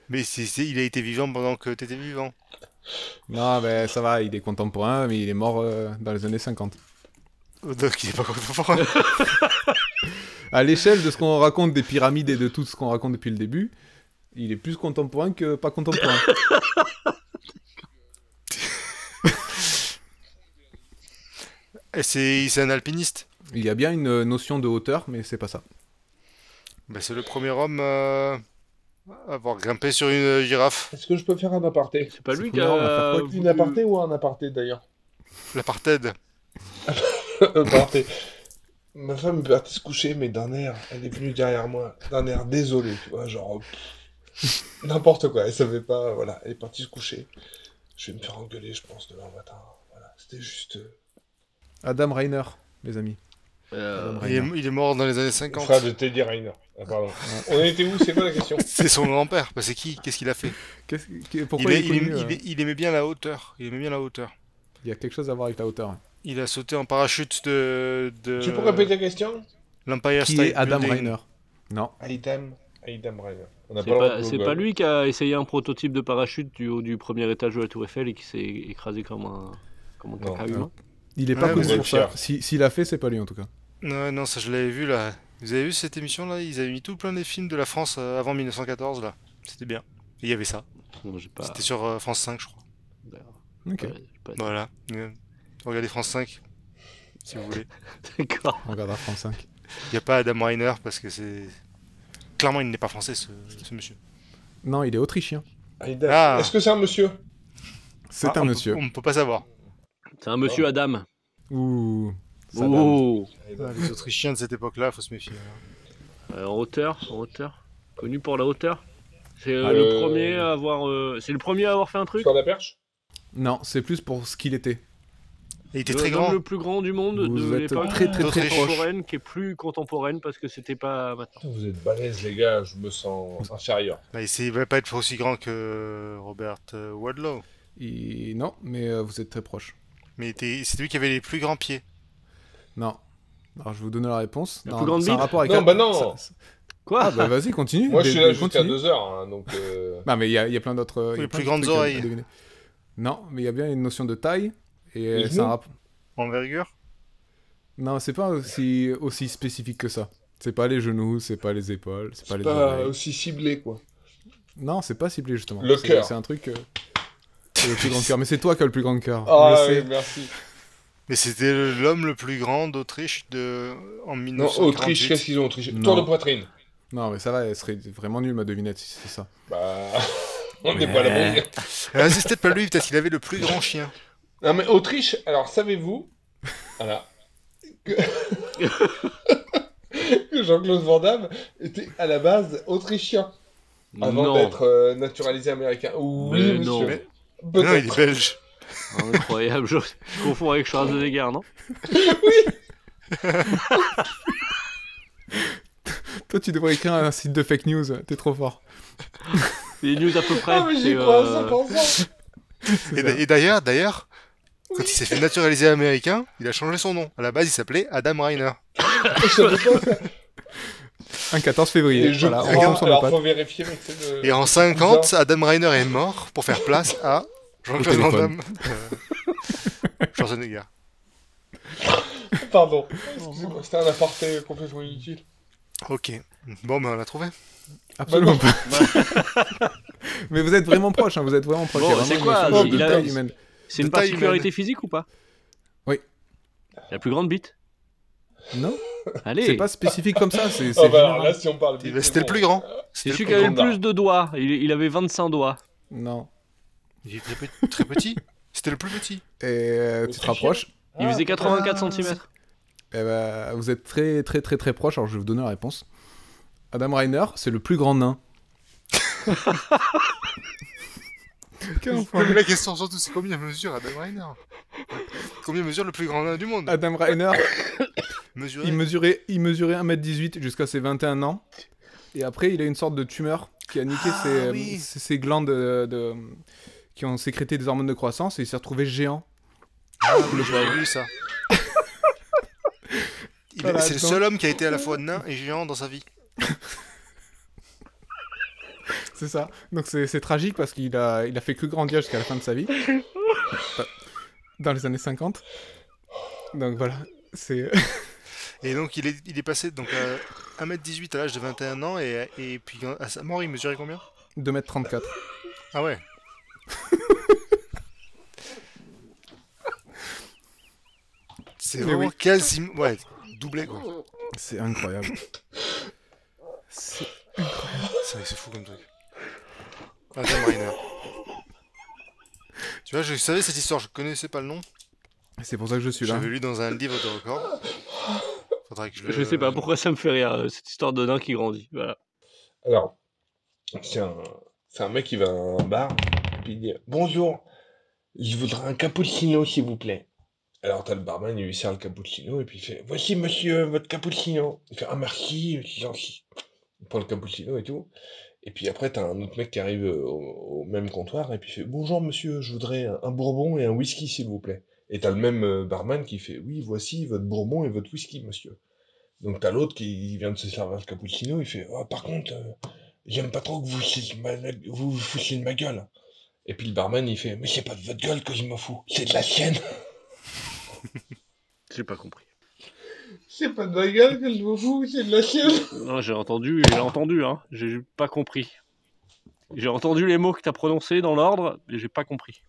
[SPEAKER 1] Mais c'est- c'est- il a été vivant pendant que t'étais vivant.
[SPEAKER 3] Non, mais ça va, il est contemporain, mais il est mort euh, dans les années 50.
[SPEAKER 1] Donc il est pas contemporain.
[SPEAKER 3] À l'échelle de ce qu'on raconte des pyramides et de tout ce qu'on raconte depuis le début, il est plus contemporain que pas contemporain.
[SPEAKER 1] Et C'est c'est un alpiniste.
[SPEAKER 3] Il y a bien une notion de hauteur, mais c'est pas ça.
[SPEAKER 1] Ben, c'est le premier homme euh, à avoir grimpé sur une girafe.
[SPEAKER 5] Est-ce que je peux faire un aparté
[SPEAKER 4] C'est pas
[SPEAKER 3] C'est
[SPEAKER 4] lui qui
[SPEAKER 3] cool, on va faire
[SPEAKER 4] a.
[SPEAKER 3] quoi
[SPEAKER 5] Une aparté ou un aparté d'ailleurs
[SPEAKER 1] L'apartheid.
[SPEAKER 5] Aparté. Ma femme est partie se coucher, mais d'un air, elle est venue derrière moi, d'un air désolé, tu vois, genre. pff, N'importe quoi, elle savait pas, voilà, elle est partie se coucher. Je vais me faire engueuler, je pense, demain matin. Voilà, c'était juste. euh,
[SPEAKER 3] Adam Reiner, mes amis.
[SPEAKER 4] Euh,
[SPEAKER 1] Il est, il est mort dans les années 50.
[SPEAKER 5] Frère de Teddy Reiner. Ah, pardon. On était où C'est quoi la question
[SPEAKER 1] C'est son grand-père. Ben, c'est qui Qu'est-ce qu'il a fait
[SPEAKER 3] Qu'est-ce que-
[SPEAKER 1] il,
[SPEAKER 3] Pourquoi
[SPEAKER 1] est-
[SPEAKER 3] il, est
[SPEAKER 1] il
[SPEAKER 3] connu,
[SPEAKER 1] aimait-
[SPEAKER 3] euh,
[SPEAKER 1] il est- il aimait bien la hauteur. Il aimait bien la hauteur.
[SPEAKER 3] il y a quelque chose à voir avec la hauteur.
[SPEAKER 1] Il a sauté en parachute de, de
[SPEAKER 5] Tu peux répéter la question
[SPEAKER 1] l'Empire
[SPEAKER 3] Qui
[SPEAKER 1] State
[SPEAKER 3] est Adam
[SPEAKER 1] Building.
[SPEAKER 3] Reiner Non.
[SPEAKER 5] Aïdam. Aïdam Reiner. On n'a
[SPEAKER 4] C'est
[SPEAKER 5] le droit
[SPEAKER 4] pas,
[SPEAKER 5] de
[SPEAKER 4] c'est
[SPEAKER 5] Google.
[SPEAKER 4] pas lui qui a essayé un prototype de parachute du haut du premier étage de la Tour Eiffel et qui s'est écrasé comme un, comme un
[SPEAKER 5] Non.
[SPEAKER 4] caca humain.
[SPEAKER 3] Il est pas
[SPEAKER 1] Ouais,
[SPEAKER 3] connu
[SPEAKER 1] mais-
[SPEAKER 3] pour ça. Si- S'il a fait, c'est pas lui en tout cas.
[SPEAKER 1] Non, non, ça je l'avais vu là. Vous avez vu cette émission là Ils avaient mis tout plein des films de la France euh, avant 1914 là. C'était bien. Et Il y avait ça.
[SPEAKER 4] Non, j'ai pas.
[SPEAKER 1] C'était sur euh, France 5 je crois.
[SPEAKER 3] Ok,
[SPEAKER 4] Ouais, j'ai pas-
[SPEAKER 1] Voilà. Euh, Regardez France 5 si vous voulez.
[SPEAKER 4] D'accord.
[SPEAKER 3] on regardera France 5.
[SPEAKER 1] Il n'y a pas Adam Reiner parce que c'est. Clairement il n'est pas français ce, ce monsieur.
[SPEAKER 3] Non, il est autrichien.
[SPEAKER 5] Aïdam.
[SPEAKER 1] Ah.
[SPEAKER 5] Est-ce que c'est un monsieur
[SPEAKER 3] C'est
[SPEAKER 1] Ah, on
[SPEAKER 3] un
[SPEAKER 1] peut-
[SPEAKER 3] monsieur.
[SPEAKER 1] on ne peut pas savoir.
[SPEAKER 4] C'est un monsieur Adam.
[SPEAKER 3] Ouh. ça donne.
[SPEAKER 4] Oh
[SPEAKER 1] Ah, les Autrichiens de cette époque là, faut se méfier. hein.
[SPEAKER 4] Euh, En hauteur, en hauteur. Connu pour la hauteur. C'est euh,
[SPEAKER 5] Ah,
[SPEAKER 4] le
[SPEAKER 5] euh,
[SPEAKER 4] premier à avoir. euh, C'est le premier à avoir fait un truc.
[SPEAKER 5] Sur la perche
[SPEAKER 3] Non, c'est plus pour ce qu'il était.
[SPEAKER 1] Et il était
[SPEAKER 4] Le-
[SPEAKER 1] très
[SPEAKER 4] l'homme
[SPEAKER 1] grand.
[SPEAKER 4] le plus grand du monde
[SPEAKER 3] Vous
[SPEAKER 4] de
[SPEAKER 3] êtes
[SPEAKER 4] l'époque.
[SPEAKER 3] très très très
[SPEAKER 1] d'Autriche.
[SPEAKER 3] proche.
[SPEAKER 4] contemporaine qui est plus contemporaine parce que c'était pas maintenant.
[SPEAKER 5] Putain, vous êtes balèze, les gars, je me sens inférieur.
[SPEAKER 1] Bah, il ne va pas être aussi grand que Robert euh, Wadlow.
[SPEAKER 3] Il- Non, mais euh, vous êtes très proche.
[SPEAKER 1] Mais il était- c'est lui qui avait les plus grands pieds.
[SPEAKER 3] Non. Alors je vais vous donner la réponse.
[SPEAKER 4] La
[SPEAKER 3] Non,
[SPEAKER 4] plus grande
[SPEAKER 3] c'est un
[SPEAKER 4] bite
[SPEAKER 3] rapport avec
[SPEAKER 5] Non,
[SPEAKER 3] la-
[SPEAKER 5] bah non.
[SPEAKER 3] ça-
[SPEAKER 4] Quoi
[SPEAKER 3] Ah bah vas-y, continue.
[SPEAKER 5] Moi, je
[SPEAKER 3] Dé-
[SPEAKER 5] suis là
[SPEAKER 3] dé-
[SPEAKER 5] jusqu'à
[SPEAKER 3] continue.
[SPEAKER 5] 2 heures, hein, donc. euh,
[SPEAKER 3] Non, Bah, mais il y, a- il y a plein d'autres. euh, il y a
[SPEAKER 1] Les
[SPEAKER 3] plein
[SPEAKER 1] plus
[SPEAKER 3] de
[SPEAKER 1] grandes
[SPEAKER 3] trucs à- à
[SPEAKER 1] oreilles.
[SPEAKER 3] deviner. Non, mais il y a bien une notion de taille. Et
[SPEAKER 5] Les
[SPEAKER 3] euh, c'est
[SPEAKER 5] genoux
[SPEAKER 3] un rapport.
[SPEAKER 1] Envergure
[SPEAKER 3] Non, c'est pas aussi, aussi spécifique que ça. C'est pas les genoux, c'est pas les épaules, c'est pas
[SPEAKER 5] C'est
[SPEAKER 3] les
[SPEAKER 5] pas
[SPEAKER 3] oreilles.
[SPEAKER 5] aussi ciblé, quoi.
[SPEAKER 3] Non, c'est pas ciblé justement.
[SPEAKER 5] Le
[SPEAKER 3] C'est-
[SPEAKER 5] cœur.
[SPEAKER 3] C'est un truc. euh, c'est le plus grand cœur. Mais c'est toi qui as le plus grand cœur.
[SPEAKER 5] Ah,
[SPEAKER 3] je le
[SPEAKER 5] oui,
[SPEAKER 3] sais.
[SPEAKER 5] merci.
[SPEAKER 1] Mais c'était l'homme le plus grand d'Autriche de... en
[SPEAKER 5] Non,
[SPEAKER 1] 1948.
[SPEAKER 5] Autriche, qu'est-ce qu'ils ont, Autriche
[SPEAKER 3] Non.
[SPEAKER 5] Tour de poitrine.
[SPEAKER 3] Non, mais ça va, elle serait vraiment nulle ma devinette si c'est ça.
[SPEAKER 5] Bah, on n'est pas à la bonne.
[SPEAKER 1] Ah, c'est peut-être pas lui, peut-être qu'il avait le plus grand chien.
[SPEAKER 5] Non, mais Autriche, alors savez-vous Voilà. Que... que Jean-Claude Van Damme était à la base autrichien avant
[SPEAKER 4] non,
[SPEAKER 5] d'être euh, naturalisé américain. Oui,
[SPEAKER 4] Mais non.
[SPEAKER 5] monsieur.
[SPEAKER 1] Mais- Mais non, il est
[SPEAKER 5] Peut-être.
[SPEAKER 1] belge.
[SPEAKER 4] incroyable. Je, je confonds avec Schwarzenegger, non
[SPEAKER 3] Toi, tu devrais écrire un site de fake news, t'es trop fort.
[SPEAKER 4] Les news à peu près.
[SPEAKER 5] Ah, mais j'y
[SPEAKER 4] c'est,
[SPEAKER 5] crois
[SPEAKER 4] euh,
[SPEAKER 5] à 100%.
[SPEAKER 1] Et,
[SPEAKER 3] C'est
[SPEAKER 1] d'a-
[SPEAKER 3] ça.
[SPEAKER 1] et d'ailleurs, d'ailleurs, quand
[SPEAKER 5] Oui.
[SPEAKER 1] il s'est fait naturaliser américain, il a changé son nom. À la base, il s'appelait Adam Reiner.
[SPEAKER 5] Je savais pas ça.
[SPEAKER 3] Un 14
[SPEAKER 5] Et
[SPEAKER 3] février.
[SPEAKER 5] je
[SPEAKER 3] Voilà, on
[SPEAKER 1] crois-
[SPEAKER 3] tombe
[SPEAKER 5] crois,
[SPEAKER 3] sur la
[SPEAKER 5] alors
[SPEAKER 3] patte.
[SPEAKER 5] faut vérifier, mais c'est le-
[SPEAKER 1] Et en 50, Adam Reiner est mort pour faire place à Jean-Claude Van
[SPEAKER 3] téléphone.
[SPEAKER 1] Damme. Euh, Schwarzenegger.
[SPEAKER 5] Pardon, Excusez-moi, c'était un aparté complètement inutile.
[SPEAKER 1] Ok. Bon, ben on l'a trouvé.
[SPEAKER 3] Absolument pas. mais vous êtes vraiment proche, hein, vous êtes vraiment proche.
[SPEAKER 4] Bon,
[SPEAKER 3] Il y a
[SPEAKER 4] c'est
[SPEAKER 3] vraiment
[SPEAKER 4] quoi,
[SPEAKER 3] une notion
[SPEAKER 5] euh, il
[SPEAKER 3] de
[SPEAKER 5] a-
[SPEAKER 3] taille humaine.
[SPEAKER 4] C'est
[SPEAKER 1] De
[SPEAKER 4] une
[SPEAKER 1] taille
[SPEAKER 4] particularité
[SPEAKER 1] humaine.
[SPEAKER 4] physique ou pas
[SPEAKER 3] Oui.
[SPEAKER 4] La plus grande bite
[SPEAKER 3] Non,
[SPEAKER 4] Allez,
[SPEAKER 3] c'est pas spécifique comme ça. C'est. c'est
[SPEAKER 5] Ah bah alors
[SPEAKER 3] général.
[SPEAKER 5] là, si on parle.
[SPEAKER 1] Il- C'était le plus grand.
[SPEAKER 5] Euh,
[SPEAKER 1] C'était
[SPEAKER 4] c'est celui
[SPEAKER 1] le
[SPEAKER 4] qui
[SPEAKER 1] plus
[SPEAKER 4] avait le
[SPEAKER 5] grand.
[SPEAKER 4] plus de doigts. Il, il avait 25 doigts.
[SPEAKER 3] Non.
[SPEAKER 1] Il est très, pe- très petit. C'était le plus petit.
[SPEAKER 3] Et euh, tu te
[SPEAKER 5] Autrichien.
[SPEAKER 3] rapproches.
[SPEAKER 4] Il faisait 84 cm.
[SPEAKER 3] Eh ben, vous êtes très, très, très, très proche. Alors, je vais vous donner la réponse. Adam Reiner, c'est le plus grand nain. Quel enfant.
[SPEAKER 1] Mais la question surtout, c'est combien mesure Adam Reiner Combien mesure le plus grand nain du monde
[SPEAKER 3] Adam Reiner,
[SPEAKER 1] Mesuré.
[SPEAKER 3] Ah, il mesurait, il mesurait 1m18 jusqu'à ses 21 ans. Et après, il a une sorte de tumeur qui a niqué
[SPEAKER 1] Ah,
[SPEAKER 3] ses,
[SPEAKER 1] oui.
[SPEAKER 3] ses- ses glandes de, de- qui ont sécrété des hormones de croissance et il s'est retrouvé géant.
[SPEAKER 1] Ah, oui, j'avais vu ça. Il-
[SPEAKER 3] Voilà,
[SPEAKER 1] c'est le
[SPEAKER 3] donc-
[SPEAKER 1] seul homme qui a été à la fois nain et géant dans sa vie.
[SPEAKER 3] C'est ça. Donc c'est c'est tragique parce qu'il a, il a fait que grandir jusqu'à la fin de sa vie. Enfin, Dans les années 50. Donc voilà. C'est.
[SPEAKER 1] Et donc il est, il est passé donc à 1m18 à l'âge de 21 ans et, et puis à sa mort il mesurait combien
[SPEAKER 3] 2m34.
[SPEAKER 1] Ah ouais C'est
[SPEAKER 3] Mais
[SPEAKER 1] vraiment
[SPEAKER 3] oui.
[SPEAKER 1] quasiment... Ouais, doublé quoi.
[SPEAKER 3] C'est incroyable. C'est-
[SPEAKER 1] C'est vrai que c'est fou comme truc. Adam Reiner. Tu vois, je savais cette histoire, je connaissais pas le nom.
[SPEAKER 3] C'est pour ça que je suis là.
[SPEAKER 1] J'avais lu dans un livre de record. Faudrait que je... le-
[SPEAKER 4] Je sais pas pourquoi ça me fait rire, euh, cette histoire de nain qui grandit. Voilà.
[SPEAKER 5] Alors, c'est un, c'est un mec qui va à un bar, et puis il dit Bonjour, je voudrais un cappuccino, s'il vous plaît. Alors, t'as le barman, il lui sert le cappuccino, et puis il fait Voici, monsieur, votre cappuccino. Il fait Ah, merci, c'est gentil. Il prend le cappuccino et tout. Et puis après, t'as un autre mec qui arrive euh, au, au même comptoir, et puis il fait Bonjour, monsieur, je voudrais un un bourbon et un whisky, s'il vous plaît. Et t'as le même euh, barman qui fait Oui, voici votre bourbon et votre whisky, monsieur. Donc t'as l'autre qui vient de se servir le cappuccino, il fait Ah, par contre. euh, J'aime pas trop que vous foutiez de ma, vous vous foutiez de ma gueule. Et puis le barman il fait Mais c'est pas de votre gueule que je m'en fous, c'est de la sienne.
[SPEAKER 4] J'ai pas compris.
[SPEAKER 5] C'est pas de ma gueule que je m'en fous, c'est de la sienne.
[SPEAKER 4] Non, j'ai entendu, j'ai entendu, hein. J'ai pas compris. J'ai entendu les mots que t'as prononcés dans l'ordre, mais j'ai pas compris.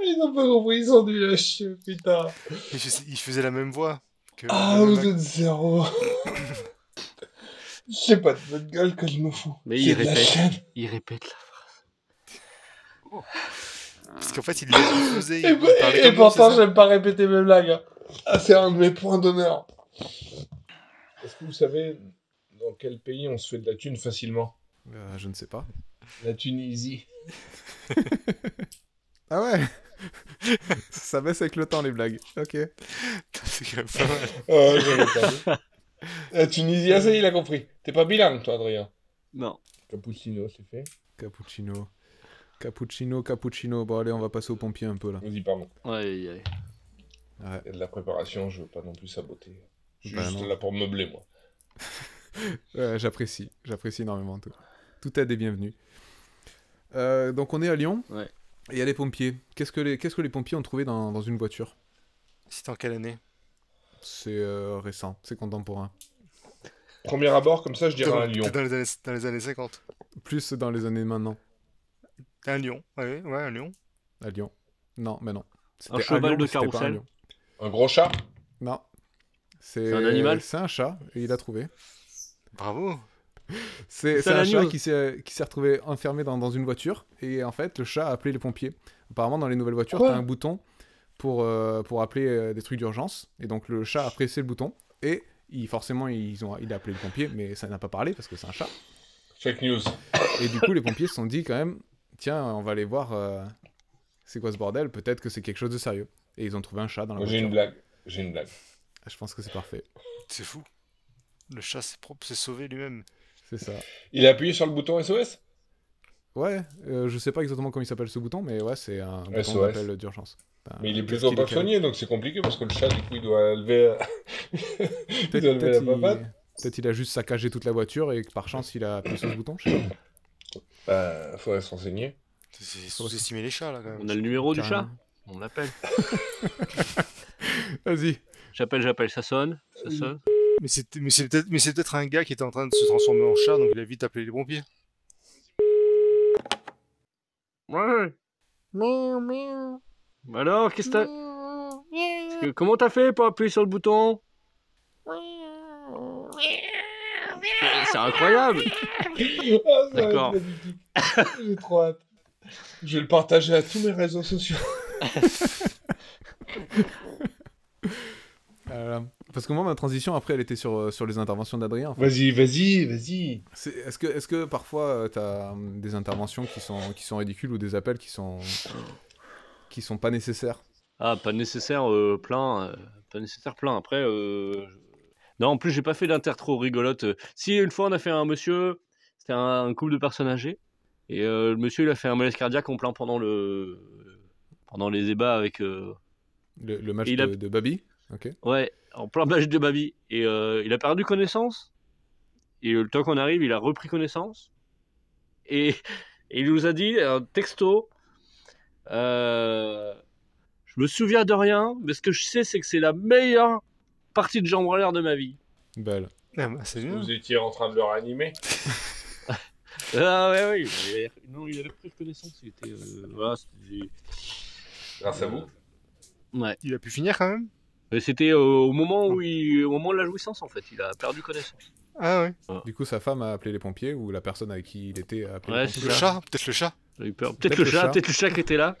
[SPEAKER 5] Ils n'ont pas compris, ils sont du lâcher, putain.
[SPEAKER 1] Il fais- il faisait la même voix que...
[SPEAKER 5] Ah,
[SPEAKER 1] le
[SPEAKER 5] vous
[SPEAKER 1] mec.
[SPEAKER 5] êtes zéro. C'est pas de votre gueule que je m'en fous.
[SPEAKER 4] Mais
[SPEAKER 5] c'est
[SPEAKER 4] il
[SPEAKER 5] de la
[SPEAKER 4] répète.
[SPEAKER 5] sienne.
[SPEAKER 4] Il répète là.
[SPEAKER 1] Parce qu'en fait, il le faisait.
[SPEAKER 5] Et,
[SPEAKER 1] il parlait
[SPEAKER 5] et
[SPEAKER 1] comme nous,
[SPEAKER 5] pourtant,
[SPEAKER 1] c'est ça
[SPEAKER 5] j'aime pas répéter mes blagues. Ah, c'est un de mes points d'honneur. Est-ce que vous savez dans quel pays on se fait de la thune facilement
[SPEAKER 3] Euh, je ne sais pas.
[SPEAKER 5] La Tunisie.
[SPEAKER 3] Ah ouais Ça baisse avec le temps les blagues. Ok.
[SPEAKER 1] C'est quand même pas mal.
[SPEAKER 5] Oh, j'avais pas vu. La Tunisie, ah, ça y est, il a compris. T'es pas bilingue, toi, Adrien.
[SPEAKER 4] Non.
[SPEAKER 5] Cappuccino, c'est fait.
[SPEAKER 3] Cappuccino. Cappuccino, cappuccino. Bon allez, on va passer au pompier un peu là.
[SPEAKER 5] Vas-y, pardon.
[SPEAKER 4] Ouais, ouais.
[SPEAKER 3] Ouais.
[SPEAKER 5] Il y a de la préparation, je veux pas non plus saboter. Je suis
[SPEAKER 3] Bah
[SPEAKER 5] juste
[SPEAKER 3] non.
[SPEAKER 5] là pour meubler, moi.
[SPEAKER 3] Euh, j'apprécie. J'apprécie énormément tout. Tout aide est bienvenue. Euh, donc on est à Lyon.
[SPEAKER 4] Ouais.
[SPEAKER 3] Et il y a les pompiers. Qu'est-ce que les, qu'est-ce que les pompiers ont trouvé dans, dans une voiture
[SPEAKER 1] C'était en quelle année
[SPEAKER 3] C'est euh, récent, c'est contemporain.
[SPEAKER 5] Premier abord, comme ça, je
[SPEAKER 1] T'es
[SPEAKER 5] dirais
[SPEAKER 1] dans,
[SPEAKER 5] un lion.
[SPEAKER 1] t'es dans les années, dans les années 50.
[SPEAKER 3] Plus dans les années maintenant,
[SPEAKER 1] Un lion, ouais, ouais, un lion.
[SPEAKER 3] à Lyon. Non, mais non. C'était
[SPEAKER 4] Un
[SPEAKER 3] à
[SPEAKER 4] cheval
[SPEAKER 3] Lyon,
[SPEAKER 4] de
[SPEAKER 3] mais c'était pas à
[SPEAKER 4] carrousel.
[SPEAKER 3] Lyon.
[SPEAKER 5] Un gros chat
[SPEAKER 3] Non.
[SPEAKER 4] C'est un animal
[SPEAKER 3] C'est un chat, et il a trouvé.
[SPEAKER 1] Bravo.
[SPEAKER 3] C'est
[SPEAKER 4] C'est
[SPEAKER 3] c'est
[SPEAKER 4] la
[SPEAKER 3] un chat
[SPEAKER 4] news.
[SPEAKER 3] qui s'est qui s'est retrouvé enfermé dans, dans une voiture. Et en fait, le chat a appelé les pompiers. Apparemment, dans les nouvelles voitures,
[SPEAKER 5] Quoi
[SPEAKER 3] t'as un bouton pour, euh, pour appeler euh, des trucs d'urgence. Et donc, le chat a pressé le bouton. Et il, forcément, ils ont, il a appelé les pompiers, mais ça n'a pas parlé parce que c'est un chat.
[SPEAKER 5] Fake news.
[SPEAKER 3] Et du coup, les pompiers se sont dit quand même tiens, on va aller voir euh, c'est quoi ce bordel. Peut-être que c'est quelque chose de sérieux. Et ils ont trouvé un chat dans la
[SPEAKER 5] Moi, J'ai
[SPEAKER 3] voiture.
[SPEAKER 5] une blague. J'ai une blague.
[SPEAKER 3] Je pense que c'est parfait.
[SPEAKER 1] C'est fou. Le chat s'est propre, s'est sauvé lui-même.
[SPEAKER 3] C'est ça.
[SPEAKER 5] Il a appuyé sur le bouton SOS
[SPEAKER 3] Ouais, euh, je sais pas exactement comment il s'appelle ce bouton, mais ouais, c'est un
[SPEAKER 5] SOS.
[SPEAKER 3] bouton d'appel d'urgence. Ben,
[SPEAKER 5] Mais il est
[SPEAKER 3] qu'est-ce
[SPEAKER 5] plutôt
[SPEAKER 3] qu'il
[SPEAKER 5] pas
[SPEAKER 3] calme.
[SPEAKER 5] soigné, donc c'est compliqué parce que le chat, du coup, il doit lever. il doit
[SPEAKER 3] Peut-être
[SPEAKER 5] lever la
[SPEAKER 3] peut-être
[SPEAKER 5] papate.
[SPEAKER 3] il... peut-être il a juste saccagé toute la voiture et que par chance il a appuyé sur ce bouton. je sais pas.
[SPEAKER 5] Bah, faudrait se renseigner.
[SPEAKER 1] C'est sous-estimer les chats là quand
[SPEAKER 4] On
[SPEAKER 1] même.
[SPEAKER 4] a le numéro du chat
[SPEAKER 3] Carrément.
[SPEAKER 4] On l'appelle.
[SPEAKER 3] Vas-y.
[SPEAKER 4] J'appelle, j'appelle, ça sonne. Ça
[SPEAKER 5] Oui.
[SPEAKER 4] sonne.
[SPEAKER 1] Mais c'est, mais c'est peut-être, mais c'est peut-être un gars qui était en train de se transformer en chat, donc il a vite appelé les pompiers.
[SPEAKER 4] Ouais.
[SPEAKER 6] Miaou, miaou.
[SPEAKER 4] Alors, qu'est-ce que t'as.
[SPEAKER 6] Miaou, miaou,
[SPEAKER 4] que- Comment t'as fait pour appuyer sur le bouton
[SPEAKER 6] miaou, miaou, miaou.
[SPEAKER 4] Euh, C'est incroyable
[SPEAKER 5] Ah, ça va être
[SPEAKER 4] D'accord.
[SPEAKER 5] magnifique. J'ai trop hâte. Je vais le partager à tous mes réseaux sociaux.
[SPEAKER 3] Euh, parce que moi ma transition après elle était sur, euh, sur les interventions d'Adrien. en fait.
[SPEAKER 5] Vas-y, vas-y, vas-y.
[SPEAKER 3] C'est- Est-ce que est-ce que parfois euh, t'as hum, des interventions qui sont qui sont ridicules ou des appels qui sont qui sont pas nécessaires
[SPEAKER 4] Ah, pas nécessaire euh, plein. euh, pas nécessaire plein. Après, euh, je- non, en plus, j'ai pas fait d'inter trop rigolote. Euh, Si, une fois, on a fait un monsieur, c'était un, un couple de personnes âgées, et euh, le monsieur, il a fait un malaise cardiaque en plein pendant le. pendant les débats avec. euh,
[SPEAKER 3] Le, le match
[SPEAKER 4] Il a-
[SPEAKER 3] de, de Babi. Ok.
[SPEAKER 4] Ouais, en plein match de Babi. Et euh, il a perdu connaissance. Et euh, le temps qu'on arrive, il a repris connaissance. Et, et il nous a dit un texto. euh, je me souviens de rien, mais ce que je sais, c'est que c'est la meilleure partie de jambes en l'air de ma vie.
[SPEAKER 3] Belle.
[SPEAKER 1] Ah bah, c'est bien.
[SPEAKER 5] Vous étiez en train de le réanimer.
[SPEAKER 4] Ah ouais, ouais. il avait- non, il avait repris connaissance. Il était. euh, voilà, c'était.
[SPEAKER 5] Grâce à vous.
[SPEAKER 4] Ouais.
[SPEAKER 1] Il a pu finir quand même.
[SPEAKER 4] Et C'était euh, au moment où il, au moment de la jouissance en fait, il a perdu connaissance.
[SPEAKER 1] Ah ouais.
[SPEAKER 3] Du coup sa femme a appelé les pompiers ou la personne avec qui il était a appelé
[SPEAKER 4] Ouais,
[SPEAKER 3] les
[SPEAKER 4] c'est
[SPEAKER 3] pompiers.
[SPEAKER 1] Le
[SPEAKER 4] ça.
[SPEAKER 1] chat, peut-être le chat.
[SPEAKER 4] J'ai eu peur. Peut-être le chat, peut-être le chat qui était là.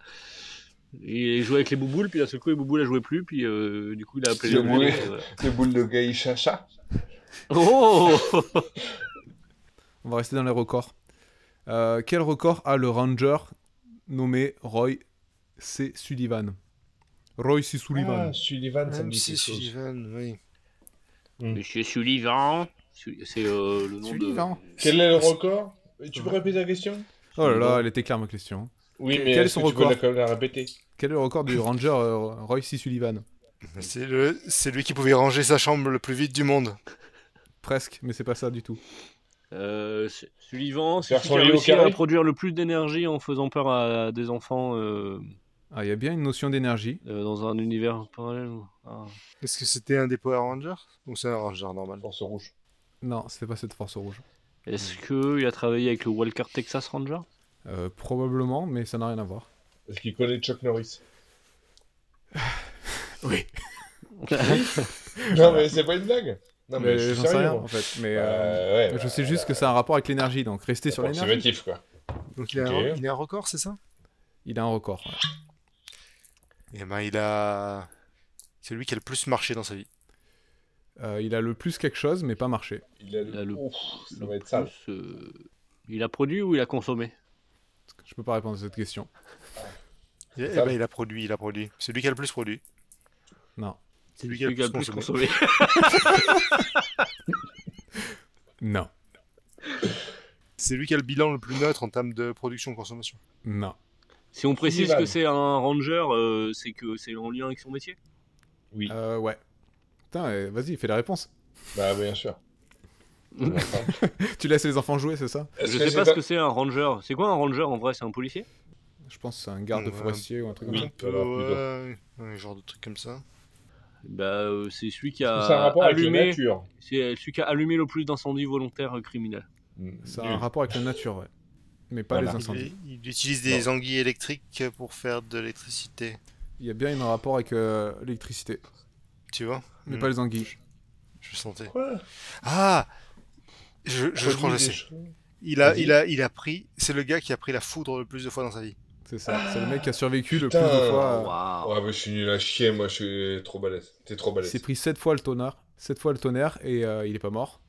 [SPEAKER 4] Il jouait avec les bouboules, puis d'un seul coup, les bouboules, a joué plus, puis euh, du coup, il a appelé
[SPEAKER 5] Il
[SPEAKER 4] euh,
[SPEAKER 5] a
[SPEAKER 4] les
[SPEAKER 5] bourré.
[SPEAKER 4] bouboules, voilà.
[SPEAKER 5] C'est boule de gaïcha chat.
[SPEAKER 4] Oh
[SPEAKER 3] On va rester dans les records. Euh, quel record a le ranger nommé Roy C. Sullivan Roy C. Sullivan.
[SPEAKER 5] Ah, Sullivan, ça me
[SPEAKER 1] Même
[SPEAKER 5] dit
[SPEAKER 1] si
[SPEAKER 5] quelque chose.
[SPEAKER 1] Sullivan, oui.
[SPEAKER 4] Monsieur Sullivan. Su- C'est euh, le nom
[SPEAKER 3] Sullivan.
[SPEAKER 4] de.
[SPEAKER 5] Quel est le record Tu peux répéter la question
[SPEAKER 3] oh là là, elle était claire ma question.
[SPEAKER 5] Oui,
[SPEAKER 3] Quel-
[SPEAKER 5] mais
[SPEAKER 3] quel est
[SPEAKER 5] est-ce
[SPEAKER 3] son
[SPEAKER 5] que tu peux la,
[SPEAKER 3] record
[SPEAKER 5] quand même la répéter
[SPEAKER 3] Quel est le record du ranger euh, Roy C. Sullivan
[SPEAKER 1] C'est, le, c'est lui qui pouvait ranger sa chambre le plus vite du monde.
[SPEAKER 3] Presque, mais c'est pas ça du tout.
[SPEAKER 4] Euh, Su- Sullivan, c'est
[SPEAKER 5] Faire
[SPEAKER 4] celui
[SPEAKER 5] son
[SPEAKER 4] qui a
[SPEAKER 5] lit au
[SPEAKER 4] réussi à
[SPEAKER 5] carré.
[SPEAKER 4] produire le plus d'énergie en faisant peur à des enfants euh,
[SPEAKER 3] Ah, il y a bien une notion d'énergie.
[SPEAKER 4] euh, dans un univers parallèle. Ah.
[SPEAKER 1] Est-ce que c'était un des Power Rangers Ou c'est un Ranger normal
[SPEAKER 5] Force rouge.
[SPEAKER 3] Non, c'était pas cette force rouge.
[SPEAKER 4] Est-ce qu'il a travaillé avec le Walker Texas Ranger
[SPEAKER 3] Euh, probablement, mais ça n'a rien à voir.
[SPEAKER 5] Est-ce qu'il connaît Chuck Norris
[SPEAKER 3] Oui.
[SPEAKER 5] Non, mais c'est pas une blague. Non, mais, je suis
[SPEAKER 3] j'en sais
[SPEAKER 5] sérieux.
[SPEAKER 3] rien
[SPEAKER 5] moi.
[SPEAKER 3] en fait. Mais euh,
[SPEAKER 5] Euh, ouais,
[SPEAKER 3] je
[SPEAKER 5] bah,
[SPEAKER 3] sais juste que ça a un rapport avec l'énergie, donc restez sur l'énergie.
[SPEAKER 5] approximatif, quoi.
[SPEAKER 1] Donc il a,
[SPEAKER 5] Ok.
[SPEAKER 1] un, il a un record, c'est ça
[SPEAKER 3] Il a un record. ouais.
[SPEAKER 1] Eh ben il a. C'est lui qui a le plus marché dans sa vie.
[SPEAKER 3] Euh, il a le plus quelque chose, mais pas marché.
[SPEAKER 5] Il a
[SPEAKER 4] Il a
[SPEAKER 5] le...
[SPEAKER 4] le-
[SPEAKER 5] Ouf, ça
[SPEAKER 4] Le
[SPEAKER 5] va être sale.
[SPEAKER 4] plus, euh, Il a produit ou il a consommé
[SPEAKER 3] Je peux pas répondre à cette question.
[SPEAKER 1] Eh
[SPEAKER 5] Ça-
[SPEAKER 1] ben il a produit, il a produit. C'est lui qui a le plus produit.
[SPEAKER 3] Non.
[SPEAKER 1] C'est lui
[SPEAKER 4] Celui qui a le plus consommé.
[SPEAKER 3] Non.
[SPEAKER 1] C'est lui qui a le bilan le plus neutre en termes de production-consommation.
[SPEAKER 3] Non.
[SPEAKER 4] Si on précise
[SPEAKER 5] Sullivan.
[SPEAKER 4] que c'est un ranger, euh, c'est que c'est en lien avec son métier.
[SPEAKER 3] Euh, ouais. Putain, euh, vas-y, fais la réponse.
[SPEAKER 5] Bah, bien sûr.
[SPEAKER 3] tu laisses les enfants jouer, c'est ça
[SPEAKER 5] Est-ce
[SPEAKER 4] Je
[SPEAKER 5] que
[SPEAKER 4] sais
[SPEAKER 5] c'est
[SPEAKER 4] pas ce que c'est un ranger. C'est quoi un ranger en vrai C'est un policier
[SPEAKER 3] Je pense que c'est un garde
[SPEAKER 1] Ouais.
[SPEAKER 3] forestier ou un truc
[SPEAKER 5] Oui.
[SPEAKER 3] comme ça.
[SPEAKER 1] Un peu,
[SPEAKER 5] voilà, plutôt.
[SPEAKER 1] ouais, un genre de truc comme ça.
[SPEAKER 4] bah, euh, c'est celui qui
[SPEAKER 5] C'est
[SPEAKER 4] a
[SPEAKER 5] un rapport avec la
[SPEAKER 4] allumé,
[SPEAKER 5] nature.
[SPEAKER 4] c'est euh, celui qui a allumé le plus d'incendies volontaires euh, criminels.
[SPEAKER 3] Ça a
[SPEAKER 5] Mm.
[SPEAKER 3] un rapport avec la nature, ouais. Mais pas
[SPEAKER 5] Voilà.
[SPEAKER 3] les
[SPEAKER 1] Il,
[SPEAKER 3] incendies.
[SPEAKER 1] Bah, il utilise des anguilles électriques pour faire de l'électricité.
[SPEAKER 3] Il y a bien un rapport avec euh, l'électricité,
[SPEAKER 1] Tu vois
[SPEAKER 3] mais
[SPEAKER 1] Mm.
[SPEAKER 3] pas les anguilles.
[SPEAKER 1] Je sentais.
[SPEAKER 5] Quoi
[SPEAKER 1] Ah Je, je crois que je
[SPEAKER 5] Produit
[SPEAKER 1] sais.
[SPEAKER 5] des choses.
[SPEAKER 1] Il a,
[SPEAKER 5] Vas-y.
[SPEAKER 1] il a, il a pris. C'est le gars qui a pris la foudre le plus de fois dans sa vie.
[SPEAKER 3] C'est ça. C'est le mec qui a survécu le plus
[SPEAKER 5] Ah. Putain.
[SPEAKER 3] de fois. euh,
[SPEAKER 4] Waouh.
[SPEAKER 5] Ouais, mais je suis nul à chier, moi, je suis trop balèze. T'es trop
[SPEAKER 3] Il
[SPEAKER 5] balèze.
[SPEAKER 3] s'est pris 7 fois le tonnerre, 7 fois le tonnerre et euh, il est pas mort.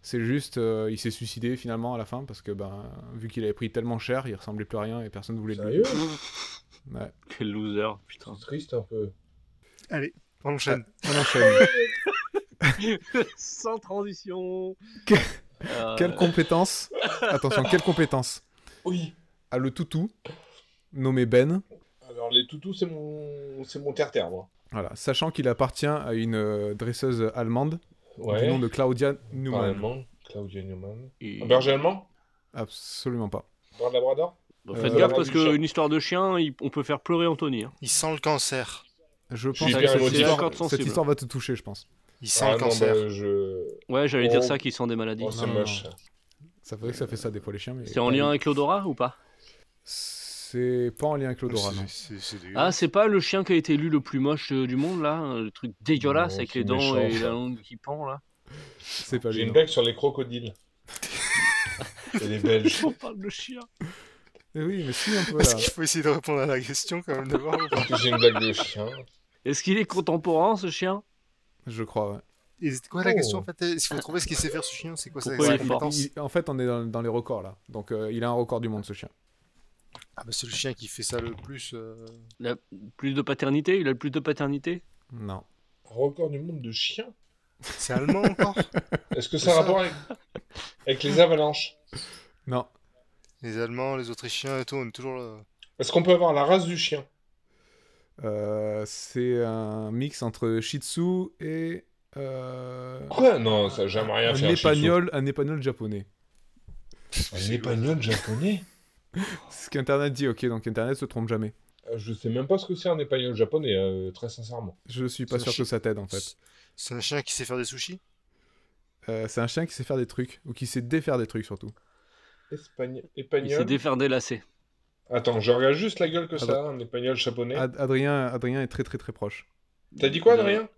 [SPEAKER 3] C'est juste, euh, il s'est suicidé finalement à la fin parce que ben, vu qu'il avait pris tellement cher, il ressemblait plus à rien et personne ne voulait de lui.
[SPEAKER 5] Sérieux
[SPEAKER 3] Ouais.
[SPEAKER 4] Quel loser, putain.
[SPEAKER 5] C'est triste un peu.
[SPEAKER 1] On enchaîne.
[SPEAKER 3] On enchaîne.
[SPEAKER 4] Sans transition.
[SPEAKER 3] Que-
[SPEAKER 4] Euh,
[SPEAKER 3] quelle compétence Attention, quelle compétence
[SPEAKER 5] Oui.
[SPEAKER 3] A le toutou nommé Ben.
[SPEAKER 5] Alors, les toutous, c'est mon... c'est mon terre-terre, moi.
[SPEAKER 3] Voilà, sachant qu'il appartient à une euh, dresseuse allemande du nom de Claudia
[SPEAKER 5] Parle
[SPEAKER 3] Neumann.
[SPEAKER 5] allemand. Claudia Newman.
[SPEAKER 4] et-
[SPEAKER 5] Un berger allemand
[SPEAKER 3] Absolument pas.
[SPEAKER 5] Un labrador
[SPEAKER 4] Bah,
[SPEAKER 3] Euh,
[SPEAKER 4] faites
[SPEAKER 3] la
[SPEAKER 4] gaffe
[SPEAKER 5] voix
[SPEAKER 4] parce
[SPEAKER 5] du chat.
[SPEAKER 4] qu'une histoire de chien, il- on peut faire pleurer Anthony. hein.
[SPEAKER 1] Il sent le cancer.
[SPEAKER 3] Je
[SPEAKER 5] Je
[SPEAKER 3] pense
[SPEAKER 5] suis
[SPEAKER 3] que
[SPEAKER 5] hyper
[SPEAKER 3] cette
[SPEAKER 5] émotif.
[SPEAKER 3] histoire-
[SPEAKER 4] Corde sensible.
[SPEAKER 3] cette histoire va te toucher, je pense.
[SPEAKER 1] Il sent le
[SPEAKER 5] non,
[SPEAKER 1] cancer.
[SPEAKER 5] bah, je...
[SPEAKER 4] Ouais, j'allais
[SPEAKER 5] Oh.
[SPEAKER 4] dire ça, qui sont des maladies.
[SPEAKER 5] Oh, c'est
[SPEAKER 3] non,
[SPEAKER 5] moche.
[SPEAKER 3] non. Ça fait, ça fait ça des fois les chiens, mais. Ben,
[SPEAKER 4] c'est en lien avec l'odorat ou pas
[SPEAKER 3] C'est pas en lien avec l'odorat, non.
[SPEAKER 1] C'est- c'est- c'est
[SPEAKER 4] Ah,
[SPEAKER 1] dégueulasse.
[SPEAKER 4] c'est pas le chien qui a été élu le plus moche euh, du monde là euh, Le truc dégueulasse
[SPEAKER 5] Non,
[SPEAKER 4] avec
[SPEAKER 5] c'est
[SPEAKER 4] les dents
[SPEAKER 5] méchant,
[SPEAKER 4] et
[SPEAKER 5] ça.
[SPEAKER 4] la langue qui pend là
[SPEAKER 3] C'est pas
[SPEAKER 5] J'ai
[SPEAKER 3] lui.
[SPEAKER 5] une
[SPEAKER 3] non.
[SPEAKER 5] blague sur les crocodiles. Et les Belges.
[SPEAKER 4] On parle de chien.
[SPEAKER 3] Eh oui, mais si, un peu
[SPEAKER 1] Parce
[SPEAKER 3] là.
[SPEAKER 1] qu'il faut essayer de répondre à la question quand même d'abord.
[SPEAKER 5] Parce que J'ai une blague de chien.
[SPEAKER 4] Est-ce qu'il est contemporain ce chien
[SPEAKER 3] Je crois, ouais.
[SPEAKER 1] Et c'était quoi la
[SPEAKER 5] Oh.
[SPEAKER 1] question en fait Il faut trouver ce qu'il sait faire ce chien. C'est quoi sa
[SPEAKER 4] Pourquoi
[SPEAKER 1] sa
[SPEAKER 4] il est fort
[SPEAKER 1] compétence
[SPEAKER 3] Il- en fait, on est dans, dans les records, là. Donc, euh, il a un record du monde, ce chien.
[SPEAKER 1] Ah, bah, C'est le chien qui fait ça le plus. euh,
[SPEAKER 4] Il a plus de paternité Il a le plus de paternité
[SPEAKER 3] Non.
[SPEAKER 5] Record du monde de chiens
[SPEAKER 1] C'est allemand encore
[SPEAKER 5] Est-ce que
[SPEAKER 1] C'est
[SPEAKER 5] ça a
[SPEAKER 1] ça.
[SPEAKER 5] rapport avec... avec les avalanches
[SPEAKER 3] Non.
[SPEAKER 1] Les Allemands, les Autrichiens et tout, on est toujours là.
[SPEAKER 5] Est-ce qu'on peut avoir la race du chien
[SPEAKER 3] Euh, c'est un mix entre Shih Tzu et. euh,
[SPEAKER 5] Quoi Non, ça j'aime rien
[SPEAKER 3] un,
[SPEAKER 5] faire.
[SPEAKER 3] épagnol, un épagnol japonais.
[SPEAKER 5] Un épagnol japonais
[SPEAKER 3] C'est ce qu'Internet dit, ok, donc Internet se trompe jamais.
[SPEAKER 5] Euh, Je sais même pas ce que c'est un épagnol japonais, euh, très sincèrement.
[SPEAKER 3] Je suis pas
[SPEAKER 1] C'est un
[SPEAKER 3] sûr
[SPEAKER 1] chi-
[SPEAKER 3] que ça t'aide, en fait.
[SPEAKER 1] C'est un chien qui sait faire des sushis
[SPEAKER 3] Euh, c'est un chien qui sait faire des trucs, ou qui sait défaire des trucs surtout.
[SPEAKER 5] Espagne...
[SPEAKER 4] Il s'est
[SPEAKER 5] Épagnol
[SPEAKER 4] défaire des Ah lacets.
[SPEAKER 5] Attends, je regarde juste la gueule que ça
[SPEAKER 4] bah.
[SPEAKER 3] Attends.
[SPEAKER 5] a, un épagnol japonais.
[SPEAKER 4] Ah.
[SPEAKER 3] Ad- Adrien, Adrien est très très très proche.
[SPEAKER 5] T'as dit quoi,
[SPEAKER 4] Il a-
[SPEAKER 5] Adrien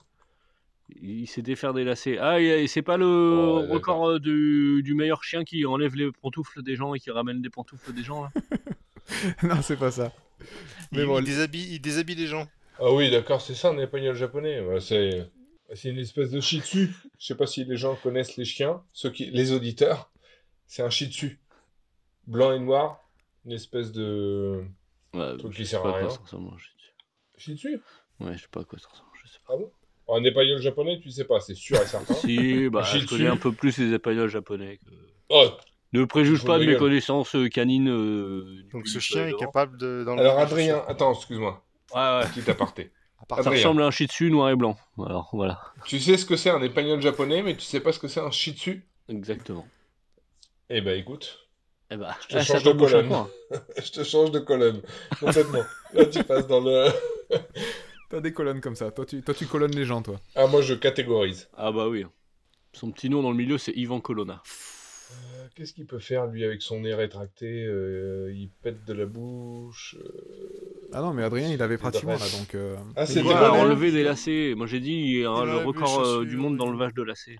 [SPEAKER 4] Il s'est défaire des lacets. Ah, et et c'est pas le
[SPEAKER 5] Oh, ouais,
[SPEAKER 4] record euh, du, du meilleur chien qui enlève les pantoufles des gens et qui ramène des pantoufles des gens là
[SPEAKER 3] non, c'est pas ça.
[SPEAKER 1] il,
[SPEAKER 3] Mais bon,
[SPEAKER 1] il déshabille, il déshabille les gens.
[SPEAKER 5] Ah oui, d'accord, c'est ça un épagnol japonais. Bah, c'est c'est une espèce de shih tzu. Je sais pas si les gens connaissent les chiens, ceux qui les auditeurs. C'est un shih tzu. Blanc et noir, une espèce de
[SPEAKER 4] Ouais,
[SPEAKER 5] Truc
[SPEAKER 4] je
[SPEAKER 5] qui
[SPEAKER 4] sais
[SPEAKER 5] sert à
[SPEAKER 4] pas à quoi
[SPEAKER 5] rien.
[SPEAKER 4] ça ressemble, je sais-
[SPEAKER 5] shih tzu.
[SPEAKER 4] Ouais, je sais pas à quoi ça ressemble. Je sais pas.
[SPEAKER 5] Ah bon Un épagnol japonais, tu sais pas, c'est sûr et certain.
[SPEAKER 4] Si, bah,
[SPEAKER 5] Shih
[SPEAKER 4] je connais
[SPEAKER 5] Tzu.
[SPEAKER 4] un peu plus les espagnols japonais. que-
[SPEAKER 5] Oh,
[SPEAKER 4] Ah Ne préjuge
[SPEAKER 5] Je
[SPEAKER 4] pas de mes
[SPEAKER 5] rigole.
[SPEAKER 4] connaissances euh, canines. euh, du
[SPEAKER 1] Donc
[SPEAKER 4] public,
[SPEAKER 1] ce
[SPEAKER 4] euh,
[SPEAKER 1] chien est
[SPEAKER 4] devant.
[SPEAKER 1] capable de. dans le-
[SPEAKER 5] alors Adrien, attends, excuse-moi,
[SPEAKER 4] Ouais, ouais.
[SPEAKER 5] petit aparté.
[SPEAKER 1] À part-
[SPEAKER 4] Ça
[SPEAKER 5] Adrien.
[SPEAKER 4] ressemble à un shih tzu noir et blanc. Alors voilà,
[SPEAKER 5] Tu sais ce que c'est un épagnol japonais, mais tu sais pas ce que c'est un shih tzu
[SPEAKER 4] exactement.
[SPEAKER 5] Eh ben écoute,
[SPEAKER 4] Eh bah,
[SPEAKER 5] Je te
[SPEAKER 4] ah, ça
[SPEAKER 5] change de
[SPEAKER 4] tombe au
[SPEAKER 5] colonne.
[SPEAKER 4] chocolat.
[SPEAKER 5] je te change de colonne complètement. Là, tu passes dans le.
[SPEAKER 3] T'as des colonnes comme ça. Toi, tu, toi, tu colonnes les gens, toi.
[SPEAKER 5] Ah, moi, je catégorise.
[SPEAKER 4] Ah bah oui. Son petit nom dans le milieu, c'est Ivan Colonna.
[SPEAKER 5] Euh, Qu'est-ce qu'il peut faire, lui, avec son nez rétracté euh, Il pète de la bouche. euh,
[SPEAKER 3] Ah non, mais Adrien, il avait
[SPEAKER 5] C'est pas
[SPEAKER 3] pratiquement là,
[SPEAKER 5] vrai.
[SPEAKER 3] donc. euh,
[SPEAKER 5] Ah,
[SPEAKER 4] Il
[SPEAKER 5] c'était
[SPEAKER 1] doit
[SPEAKER 5] pas
[SPEAKER 4] a
[SPEAKER 1] mal.
[SPEAKER 5] mal.
[SPEAKER 4] enlevé des lacets. Moi j'ai dit il y a
[SPEAKER 1] Il
[SPEAKER 4] le
[SPEAKER 1] enlève les
[SPEAKER 4] record euh,
[SPEAKER 1] chaussures,
[SPEAKER 4] du monde
[SPEAKER 1] oui.
[SPEAKER 4] dans le vache de lacets.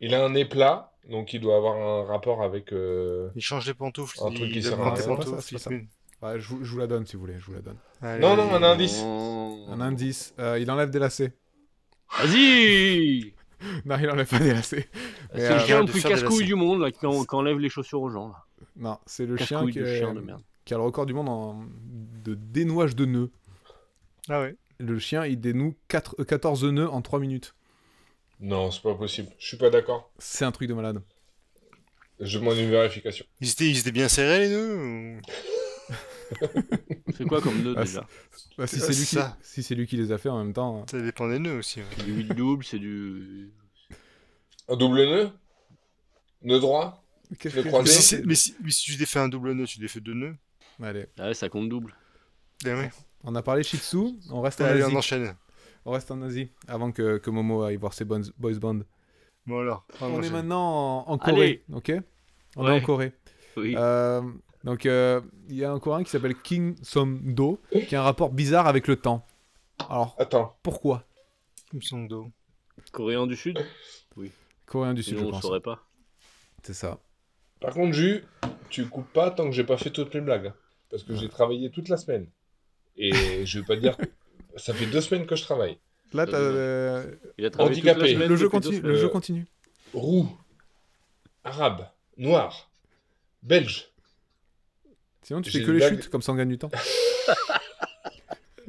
[SPEAKER 5] Il a un nez plat, donc il doit avoir un rapport avec. euh,
[SPEAKER 1] Il change les pantoufles.
[SPEAKER 5] Un truc
[SPEAKER 1] il
[SPEAKER 5] qui sert à
[SPEAKER 1] augmente
[SPEAKER 5] rien,
[SPEAKER 1] les
[SPEAKER 5] c'est pas
[SPEAKER 3] ça,
[SPEAKER 1] pantoufles.
[SPEAKER 3] c'est pas
[SPEAKER 1] il-
[SPEAKER 3] ouais, je, vous- je vous la donne si vous voulez, je vous la donne.
[SPEAKER 1] Allez,
[SPEAKER 5] Non, non,
[SPEAKER 1] allez.
[SPEAKER 5] un indice.
[SPEAKER 4] Oh.
[SPEAKER 3] Un indice, euh, il enlève des lacets.
[SPEAKER 4] Vas-y
[SPEAKER 3] Non, il enlève pas des lacets. Mais,
[SPEAKER 4] C'est le
[SPEAKER 3] euh,
[SPEAKER 4] chien le
[SPEAKER 1] de
[SPEAKER 4] plus
[SPEAKER 1] faire des
[SPEAKER 4] casse-couille
[SPEAKER 1] lacets.
[SPEAKER 4] du monde là, qui, en- qui enlève les chaussures aux gens. là.
[SPEAKER 3] Non, c'est le chien
[SPEAKER 4] Casse-couille
[SPEAKER 3] qui,
[SPEAKER 4] de
[SPEAKER 3] est-
[SPEAKER 4] chien de merde.
[SPEAKER 3] qui a le record du monde en... de dénouage de nœuds.
[SPEAKER 1] Ah ouais.
[SPEAKER 3] Le chien, il dénoue 4, 14 nœuds en 3 minutes.
[SPEAKER 5] Non, c'est pas possible. Je suis pas d'accord.
[SPEAKER 3] C'est un truc de malade.
[SPEAKER 5] Je demande une vérification.
[SPEAKER 1] Ils étaient, ils étaient bien serrés les deux ou-
[SPEAKER 4] C'est quoi comme nœud
[SPEAKER 3] Ah,
[SPEAKER 4] déjà
[SPEAKER 3] Bah, si
[SPEAKER 1] Ah,
[SPEAKER 3] c'est lui, qui...
[SPEAKER 1] ça.
[SPEAKER 3] si c'est lui qui les a fait en même temps. euh,
[SPEAKER 1] Ça dépend des nœuds aussi. ouais.
[SPEAKER 4] C'est du 8 double, c'est du.
[SPEAKER 5] Un double nœud Nœud droit
[SPEAKER 3] qu'est-ce
[SPEAKER 5] Le
[SPEAKER 3] que-
[SPEAKER 1] Mais si,
[SPEAKER 5] croisé.
[SPEAKER 1] c'est- mais si- mais si tu défais un double nœud, tu défais deux nœuds.
[SPEAKER 3] Allez,
[SPEAKER 4] Ah ouais, ça compte double.
[SPEAKER 1] Eh ouais.
[SPEAKER 3] on a parlé Shih Tzu, on reste en
[SPEAKER 1] Allez,
[SPEAKER 3] Asie.
[SPEAKER 1] on enchaîne.
[SPEAKER 3] On reste en Asie avant que, que Momo aille voir ses bonnes- boys band.
[SPEAKER 1] Bon alors. Ah,
[SPEAKER 3] On
[SPEAKER 1] moi,
[SPEAKER 3] est
[SPEAKER 1] j'ai-
[SPEAKER 3] maintenant en, en
[SPEAKER 4] Allez.
[SPEAKER 3] Corée, ok On est en
[SPEAKER 4] Ouais.
[SPEAKER 3] Corée.
[SPEAKER 4] Oui.
[SPEAKER 3] Euh, donc, euh, il y a un Coréen qui s'appelle Kim Som-do, qui a un rapport bizarre avec le temps. Alors,
[SPEAKER 5] Attends,
[SPEAKER 3] pourquoi
[SPEAKER 1] Kim Song-do.
[SPEAKER 4] Coréen du Sud
[SPEAKER 3] Coréen du Sud,
[SPEAKER 4] Sinon,
[SPEAKER 3] je
[SPEAKER 4] on ne
[SPEAKER 3] pense.
[SPEAKER 4] saurait pas.
[SPEAKER 3] C'est ça.
[SPEAKER 5] par contre, Ju, tu coupes pas tant que j'ai pas fait toutes mes blagues. hein, Parce que j'ai travaillé toute la semaine. Et je veux pas dire. Ça fait deux semaines que je travaille.
[SPEAKER 3] Là, t'as, euh,
[SPEAKER 4] Il a travaillé toute
[SPEAKER 5] Handicapé.
[SPEAKER 4] la semaine
[SPEAKER 3] le, jeu
[SPEAKER 4] depuis deux
[SPEAKER 3] continue,
[SPEAKER 4] semaines.
[SPEAKER 3] le jeu continue.
[SPEAKER 5] Roux, arabe, noir, belge.
[SPEAKER 3] Sinon, tu
[SPEAKER 5] J'ai
[SPEAKER 3] fais que
[SPEAKER 5] une
[SPEAKER 3] les
[SPEAKER 5] blague.
[SPEAKER 3] chutes, comme ça on gagne du temps.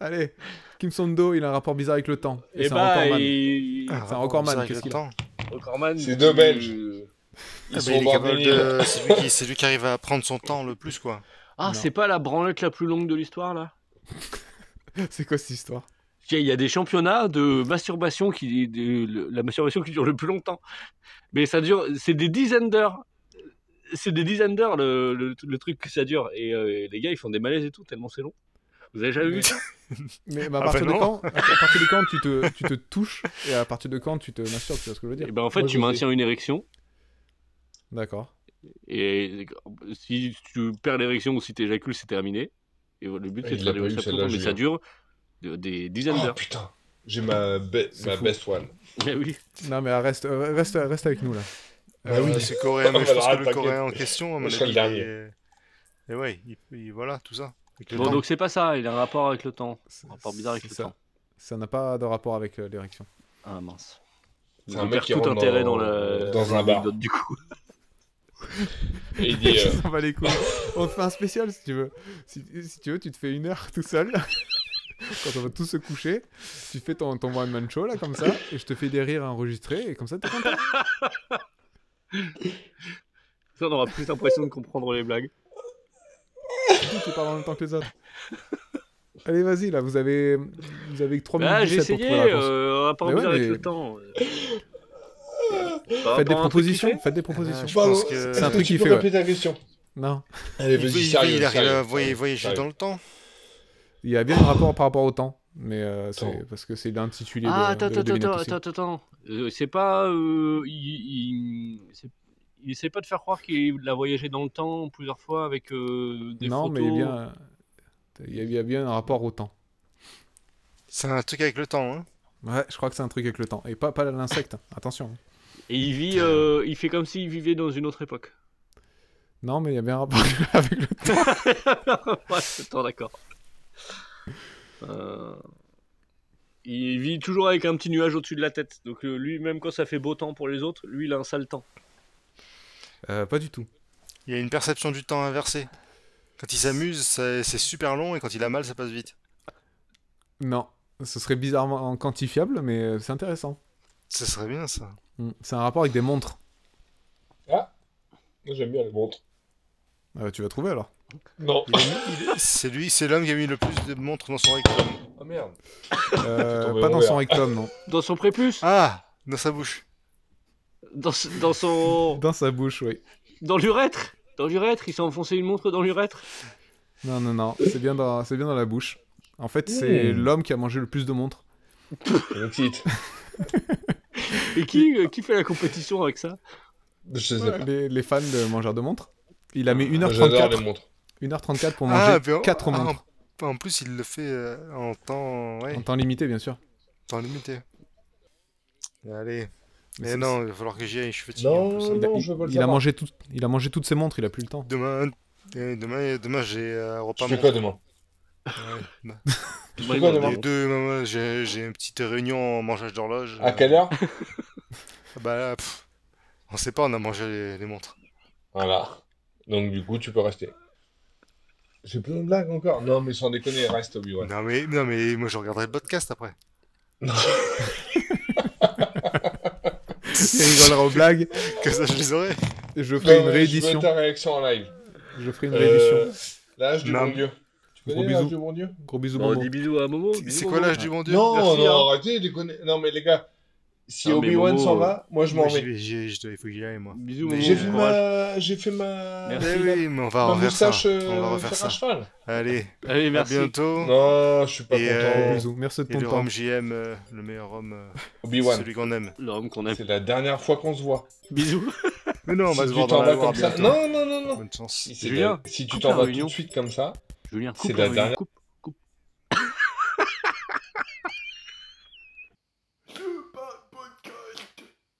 [SPEAKER 3] Allez, Kim Son-do, il a un rapport bizarre avec le temps. Et,
[SPEAKER 4] Eh
[SPEAKER 3] c'est
[SPEAKER 4] bah,
[SPEAKER 3] un recordman.
[SPEAKER 4] il...
[SPEAKER 1] Ah,
[SPEAKER 3] C'est un recordman,
[SPEAKER 1] bizarre,
[SPEAKER 3] qu'est-ce
[SPEAKER 1] il
[SPEAKER 3] qu'il
[SPEAKER 1] attend.
[SPEAKER 4] recordman,
[SPEAKER 5] Ah.
[SPEAKER 4] euh,
[SPEAKER 5] C'est deux
[SPEAKER 4] il-
[SPEAKER 5] Belges. Ils
[SPEAKER 1] Ah, bah,
[SPEAKER 5] sont
[SPEAKER 1] il
[SPEAKER 5] au
[SPEAKER 1] est
[SPEAKER 5] bord
[SPEAKER 1] capable
[SPEAKER 5] du Nil.
[SPEAKER 1] de- C'est lui, qui... c'est lui qui arrive à prendre son temps le plus, quoi.
[SPEAKER 4] Ah,
[SPEAKER 3] Non.
[SPEAKER 4] c'est pas la branlette la plus longue de l'histoire, là
[SPEAKER 3] C'est quoi cette histoire
[SPEAKER 4] Il y a- il y a des championnats de masturbation qui. de- le- la masturbation qui dure le plus longtemps. Mais ça dure. C'est des dizaines d'heures. C'est des dizaines d'heures le, le- le truc que ça dure. Et euh, les gars, ils font des malaises et tout, tellement c'est long. Vous avez jamais vu ça
[SPEAKER 3] Mais bah, à,
[SPEAKER 1] Ah,
[SPEAKER 3] partir
[SPEAKER 1] bah,
[SPEAKER 3] de
[SPEAKER 1] non.
[SPEAKER 3] quand, à partir de quand tu te, tu te touches et à partir de quand tu te masturbes, tu vois ce que je veux dire
[SPEAKER 4] Et ben, En fait,
[SPEAKER 5] Moi,
[SPEAKER 4] tu
[SPEAKER 5] je
[SPEAKER 4] maintiens une érection.
[SPEAKER 3] D'accord.
[SPEAKER 4] Et si tu perds l'érection ou si tu éjacules, c'est terminé. Et le but,
[SPEAKER 5] Ah,
[SPEAKER 4] c'est
[SPEAKER 5] il
[SPEAKER 4] de
[SPEAKER 5] l'a
[SPEAKER 4] faire
[SPEAKER 5] pas
[SPEAKER 4] durer
[SPEAKER 5] eu,
[SPEAKER 4] ça plus
[SPEAKER 5] celle-là,
[SPEAKER 4] longtemps. Mais
[SPEAKER 5] Julien.
[SPEAKER 4] ça dure de- des dizaines
[SPEAKER 5] Oh
[SPEAKER 4] d'heures.
[SPEAKER 5] putain, j'ai ma, be-
[SPEAKER 3] C'est
[SPEAKER 5] ma
[SPEAKER 3] fou.
[SPEAKER 5] best one.
[SPEAKER 4] Eh oui.
[SPEAKER 3] Non, mais reste, euh, reste, reste avec nous là.
[SPEAKER 5] Bah oui.
[SPEAKER 1] Ouais, Euh, c'est coréen, mais je
[SPEAKER 5] Alors,
[SPEAKER 1] pense que le
[SPEAKER 5] t'inquiète.
[SPEAKER 1] coréen en question, à mon
[SPEAKER 5] Je serai
[SPEAKER 1] avis, il
[SPEAKER 5] le
[SPEAKER 1] est- Et ouais, il- il- voilà, tout ça. Avec le
[SPEAKER 4] Bon,
[SPEAKER 1] temps.
[SPEAKER 4] donc c'est pas ça, il a un rapport avec le temps.
[SPEAKER 3] C'est-
[SPEAKER 4] Un rapport bizarre avec
[SPEAKER 3] Euh, c'est
[SPEAKER 4] le
[SPEAKER 3] ça.
[SPEAKER 4] temps.
[SPEAKER 3] Ça n'a pas de rapport avec euh, l'érection.
[SPEAKER 4] Ah mince.
[SPEAKER 5] C'est
[SPEAKER 4] On
[SPEAKER 5] un mec
[SPEAKER 4] perd
[SPEAKER 5] qui
[SPEAKER 4] tout
[SPEAKER 5] rentre
[SPEAKER 4] intérêt dans,
[SPEAKER 5] dans-
[SPEAKER 4] la...
[SPEAKER 5] dans un bar.
[SPEAKER 4] l'anecdote, du coup.
[SPEAKER 5] Et il dit, euh,
[SPEAKER 3] Ça va les couilles. On te fait un spécial si tu veux. Si, si tu veux, tu te fais une heure tout seul. Quand on va tous se coucher, tu fais ton, ton one man show là comme ça, et je te fais des rires enregistrés, et comme ça t'es content.
[SPEAKER 4] Ça, on aura plus l'impression de comprendre les blagues.
[SPEAKER 3] Tu parles en même temps que les autres. Allez, vas-y là, vous avez, vous avez 3 minutes
[SPEAKER 4] Ah,
[SPEAKER 3] 17 pour
[SPEAKER 4] j'ai essayé,
[SPEAKER 3] trouver la réponse.
[SPEAKER 4] euh, un rapport
[SPEAKER 3] Mais ouais,
[SPEAKER 4] bizarre avec
[SPEAKER 3] mais-
[SPEAKER 4] le temps. Par rapport à euh, un
[SPEAKER 3] Faites des
[SPEAKER 4] truc qui
[SPEAKER 3] propositions,
[SPEAKER 4] fait
[SPEAKER 3] faites des
[SPEAKER 1] Ah,
[SPEAKER 3] propositions.
[SPEAKER 1] je
[SPEAKER 5] euh, Pardon,
[SPEAKER 1] pense que...
[SPEAKER 3] C'est un
[SPEAKER 5] est-ce
[SPEAKER 3] truc
[SPEAKER 5] que
[SPEAKER 3] qu'il
[SPEAKER 5] tu peux
[SPEAKER 3] fait,
[SPEAKER 5] répéter ta question.
[SPEAKER 3] Non,
[SPEAKER 5] Allez,
[SPEAKER 1] Il,
[SPEAKER 5] vas-y,
[SPEAKER 1] veut-
[SPEAKER 5] sérieux.
[SPEAKER 1] il arrive à
[SPEAKER 5] sérieux,
[SPEAKER 1] voy-
[SPEAKER 5] sérieux.
[SPEAKER 1] voyager dans le temps.
[SPEAKER 3] il y a bien un rapport par rapport au temps, mais euh, c'est
[SPEAKER 5] Attends.
[SPEAKER 3] parce que c'est l'intitulé de,
[SPEAKER 4] Ah, attends,
[SPEAKER 3] de la
[SPEAKER 4] attends,
[SPEAKER 3] devinette
[SPEAKER 4] attends,
[SPEAKER 3] aussi.
[SPEAKER 4] attends, attends, attends. Euh, c'est pas. euh, il, il- c'est- il essaie pas de faire croire qu'il a voyagé dans le temps plusieurs fois avec euh, des
[SPEAKER 3] Non,
[SPEAKER 4] photos.
[SPEAKER 3] mais il y, a bien, il, y a, il y a bien un rapport au temps.
[SPEAKER 1] C'est un truc avec le temps, hein.
[SPEAKER 3] Ouais, je crois que c'est un truc avec le temps. Et pas, pas l'insecte, hein. attention.
[SPEAKER 4] Et il vit, euh, il fait comme s'il vivait dans une autre époque.
[SPEAKER 3] Non, mais il y a bien un rapport avec le temps.
[SPEAKER 4] ouais, c'est temps, d'accord. Euh, Il vit toujours avec un petit nuage au-dessus de la tête. Donc euh, lui, même quand ça fait beau temps pour les autres, lui, il a un sale temps.
[SPEAKER 3] Euh, pas du tout.
[SPEAKER 1] Il y a une perception du temps inversée. Quand il s'amuse, ça- c'est super long et quand il a mal, ça passe vite.
[SPEAKER 3] Non, ce serait bizarrement quantifiable, mais euh, c'est intéressant.
[SPEAKER 1] Ce serait bien ça.
[SPEAKER 3] Mm. C'est un rapport avec des montres.
[SPEAKER 5] Moi, j'aime bien les montres.
[SPEAKER 3] Euh, tu vas trouver alors.
[SPEAKER 5] Non.
[SPEAKER 1] Il a mis- il- C'est lui, c'est l'homme qui a mis le plus de montres dans son rectum.
[SPEAKER 5] Oh merde.
[SPEAKER 3] Euh,
[SPEAKER 5] tombé
[SPEAKER 3] pas
[SPEAKER 5] en
[SPEAKER 3] dans
[SPEAKER 5] vert.
[SPEAKER 3] son rectum, non.
[SPEAKER 4] Dans son prépuce
[SPEAKER 1] Ah, dans sa bouche.
[SPEAKER 4] dans, s- dans son...
[SPEAKER 3] Dans sa bouche, oui.
[SPEAKER 4] Dans l'urètre Dans l'urètre Il s'est enfoncé une montre dans l'urètre
[SPEAKER 3] Non, non, non. C'est bien, dans- c'est bien dans la bouche. En fait,
[SPEAKER 4] Mmh.
[SPEAKER 3] c'est
[SPEAKER 5] Mm.
[SPEAKER 3] l'homme qui a mangé le plus de montres.
[SPEAKER 5] Le titre.
[SPEAKER 4] Et qui, euh, qui fait la compétition avec ça
[SPEAKER 5] Je sais pas.
[SPEAKER 3] Les, les fans de mangeurs de montres. Il a mis
[SPEAKER 5] Moi, J'adore les
[SPEAKER 3] 1h34,
[SPEAKER 5] montres.
[SPEAKER 3] 1h34 pour
[SPEAKER 1] Ah,
[SPEAKER 3] manger
[SPEAKER 1] puis en-
[SPEAKER 3] 4
[SPEAKER 1] ah, en-
[SPEAKER 3] montres.
[SPEAKER 1] En plus, il le fait euh, en temps, ouais,
[SPEAKER 3] En temps limité, bien sûr.
[SPEAKER 1] temps limité. Allez.
[SPEAKER 3] c'est-
[SPEAKER 1] Mais non, il va falloir que j'y aille, je suis fatigué. en
[SPEAKER 5] Non,
[SPEAKER 1] plus.
[SPEAKER 5] non,
[SPEAKER 3] Il a, il-
[SPEAKER 5] je veux pas le
[SPEAKER 3] il a
[SPEAKER 5] savoir.
[SPEAKER 3] mangé tout, il a mangé toutes ses montres, il a plus le temps.
[SPEAKER 1] Demain, eh, demain, demain j'ai euh, un
[SPEAKER 5] Tu
[SPEAKER 1] repas.
[SPEAKER 5] fais
[SPEAKER 1] mon-
[SPEAKER 5] quoi demain
[SPEAKER 1] Ouais, demain.
[SPEAKER 4] Moi, il
[SPEAKER 5] quoi,
[SPEAKER 4] mange
[SPEAKER 5] demain
[SPEAKER 4] des-
[SPEAKER 1] Les deux, maman, j'ai j'ai une petite réunion en mangeage d'horloge.
[SPEAKER 5] À
[SPEAKER 1] euh,
[SPEAKER 5] quelle heure
[SPEAKER 1] Bah là, pff, on sait pas, on a mangé les, les montres.
[SPEAKER 5] Voilà. Donc, du coup, tu peux rester. J'ai plein de blagues encore. Non, mais sans déconner, reste Obi-Wan.
[SPEAKER 1] Non mais, non mais moi je regarderai le podcast après.
[SPEAKER 3] Il rigolera aux blagues.
[SPEAKER 1] Que ça je les aurai.
[SPEAKER 3] et Je
[SPEAKER 5] Non,
[SPEAKER 3] ferai une
[SPEAKER 5] mais Je
[SPEAKER 3] réédition.
[SPEAKER 5] veux ta réaction en live.
[SPEAKER 3] Je ferai une
[SPEAKER 5] Euh,
[SPEAKER 3] réédition.
[SPEAKER 5] L'âge du
[SPEAKER 1] Non.
[SPEAKER 5] bon Dieu. Tu
[SPEAKER 3] Gros
[SPEAKER 5] connais l'âge
[SPEAKER 3] bisous.
[SPEAKER 5] du bon Dieu
[SPEAKER 3] Gros bisous,
[SPEAKER 4] Bon,
[SPEAKER 3] maman.
[SPEAKER 4] des bisous à Momo.
[SPEAKER 1] C'est quoi l'âge du bon Dieu
[SPEAKER 5] Non,
[SPEAKER 4] Merci,
[SPEAKER 5] non,
[SPEAKER 4] hein.
[SPEAKER 5] arrêtez, déconnez. Non, mais les gars, Si
[SPEAKER 4] Non, mais
[SPEAKER 5] Obi-Wan
[SPEAKER 4] Momo,
[SPEAKER 5] s'en
[SPEAKER 4] euh,
[SPEAKER 5] va, moi je
[SPEAKER 1] Moi,
[SPEAKER 5] m'en
[SPEAKER 1] j'y
[SPEAKER 5] vais.
[SPEAKER 1] vais, j'y ai- je dois- il faut que j'y aille, moi.
[SPEAKER 4] Bisous,
[SPEAKER 5] Mais
[SPEAKER 4] Momo.
[SPEAKER 5] J'ai fait
[SPEAKER 4] courage.
[SPEAKER 5] ma. J'ai fait ma.
[SPEAKER 4] Merci.
[SPEAKER 1] Eh
[SPEAKER 5] ma
[SPEAKER 1] oui, mais on va
[SPEAKER 5] ma
[SPEAKER 1] refaire ça.
[SPEAKER 5] moustache, euh,
[SPEAKER 1] On va refaire
[SPEAKER 5] faire
[SPEAKER 1] ça.
[SPEAKER 5] à cheval.
[SPEAKER 1] Allez,
[SPEAKER 4] Allez,
[SPEAKER 1] à
[SPEAKER 4] merci.
[SPEAKER 1] bientôt.
[SPEAKER 5] Non, je suis pas
[SPEAKER 1] Et,
[SPEAKER 5] content.
[SPEAKER 1] euh,
[SPEAKER 3] Bisous, merci de
[SPEAKER 1] Et
[SPEAKER 3] ton
[SPEAKER 1] le
[SPEAKER 3] temps.
[SPEAKER 1] rhum JM, euh, le meilleur rhum, euh,
[SPEAKER 5] Obi-Wan,
[SPEAKER 1] celui qu'on aime.
[SPEAKER 4] L'homme qu'on aime.
[SPEAKER 5] c'est la dernière fois qu'on se voit.
[SPEAKER 4] Bisous.
[SPEAKER 1] Mais non, on
[SPEAKER 5] Si
[SPEAKER 1] va se
[SPEAKER 5] tu
[SPEAKER 1] voir dans
[SPEAKER 5] t'en
[SPEAKER 1] la
[SPEAKER 5] vas
[SPEAKER 1] Loire
[SPEAKER 5] comme ça-
[SPEAKER 1] bientôt.
[SPEAKER 5] Non, non, non, non.
[SPEAKER 1] Bonne chance.
[SPEAKER 5] Si c'est
[SPEAKER 4] Julien,
[SPEAKER 5] la- Si tu
[SPEAKER 4] coupe
[SPEAKER 5] t'en
[SPEAKER 4] la
[SPEAKER 5] vas tout
[SPEAKER 4] réunion.
[SPEAKER 5] de suite comme ça,
[SPEAKER 4] Julien, coupe
[SPEAKER 5] C'est
[SPEAKER 4] la
[SPEAKER 5] la
[SPEAKER 4] réunion,
[SPEAKER 5] dernière.
[SPEAKER 4] coupe.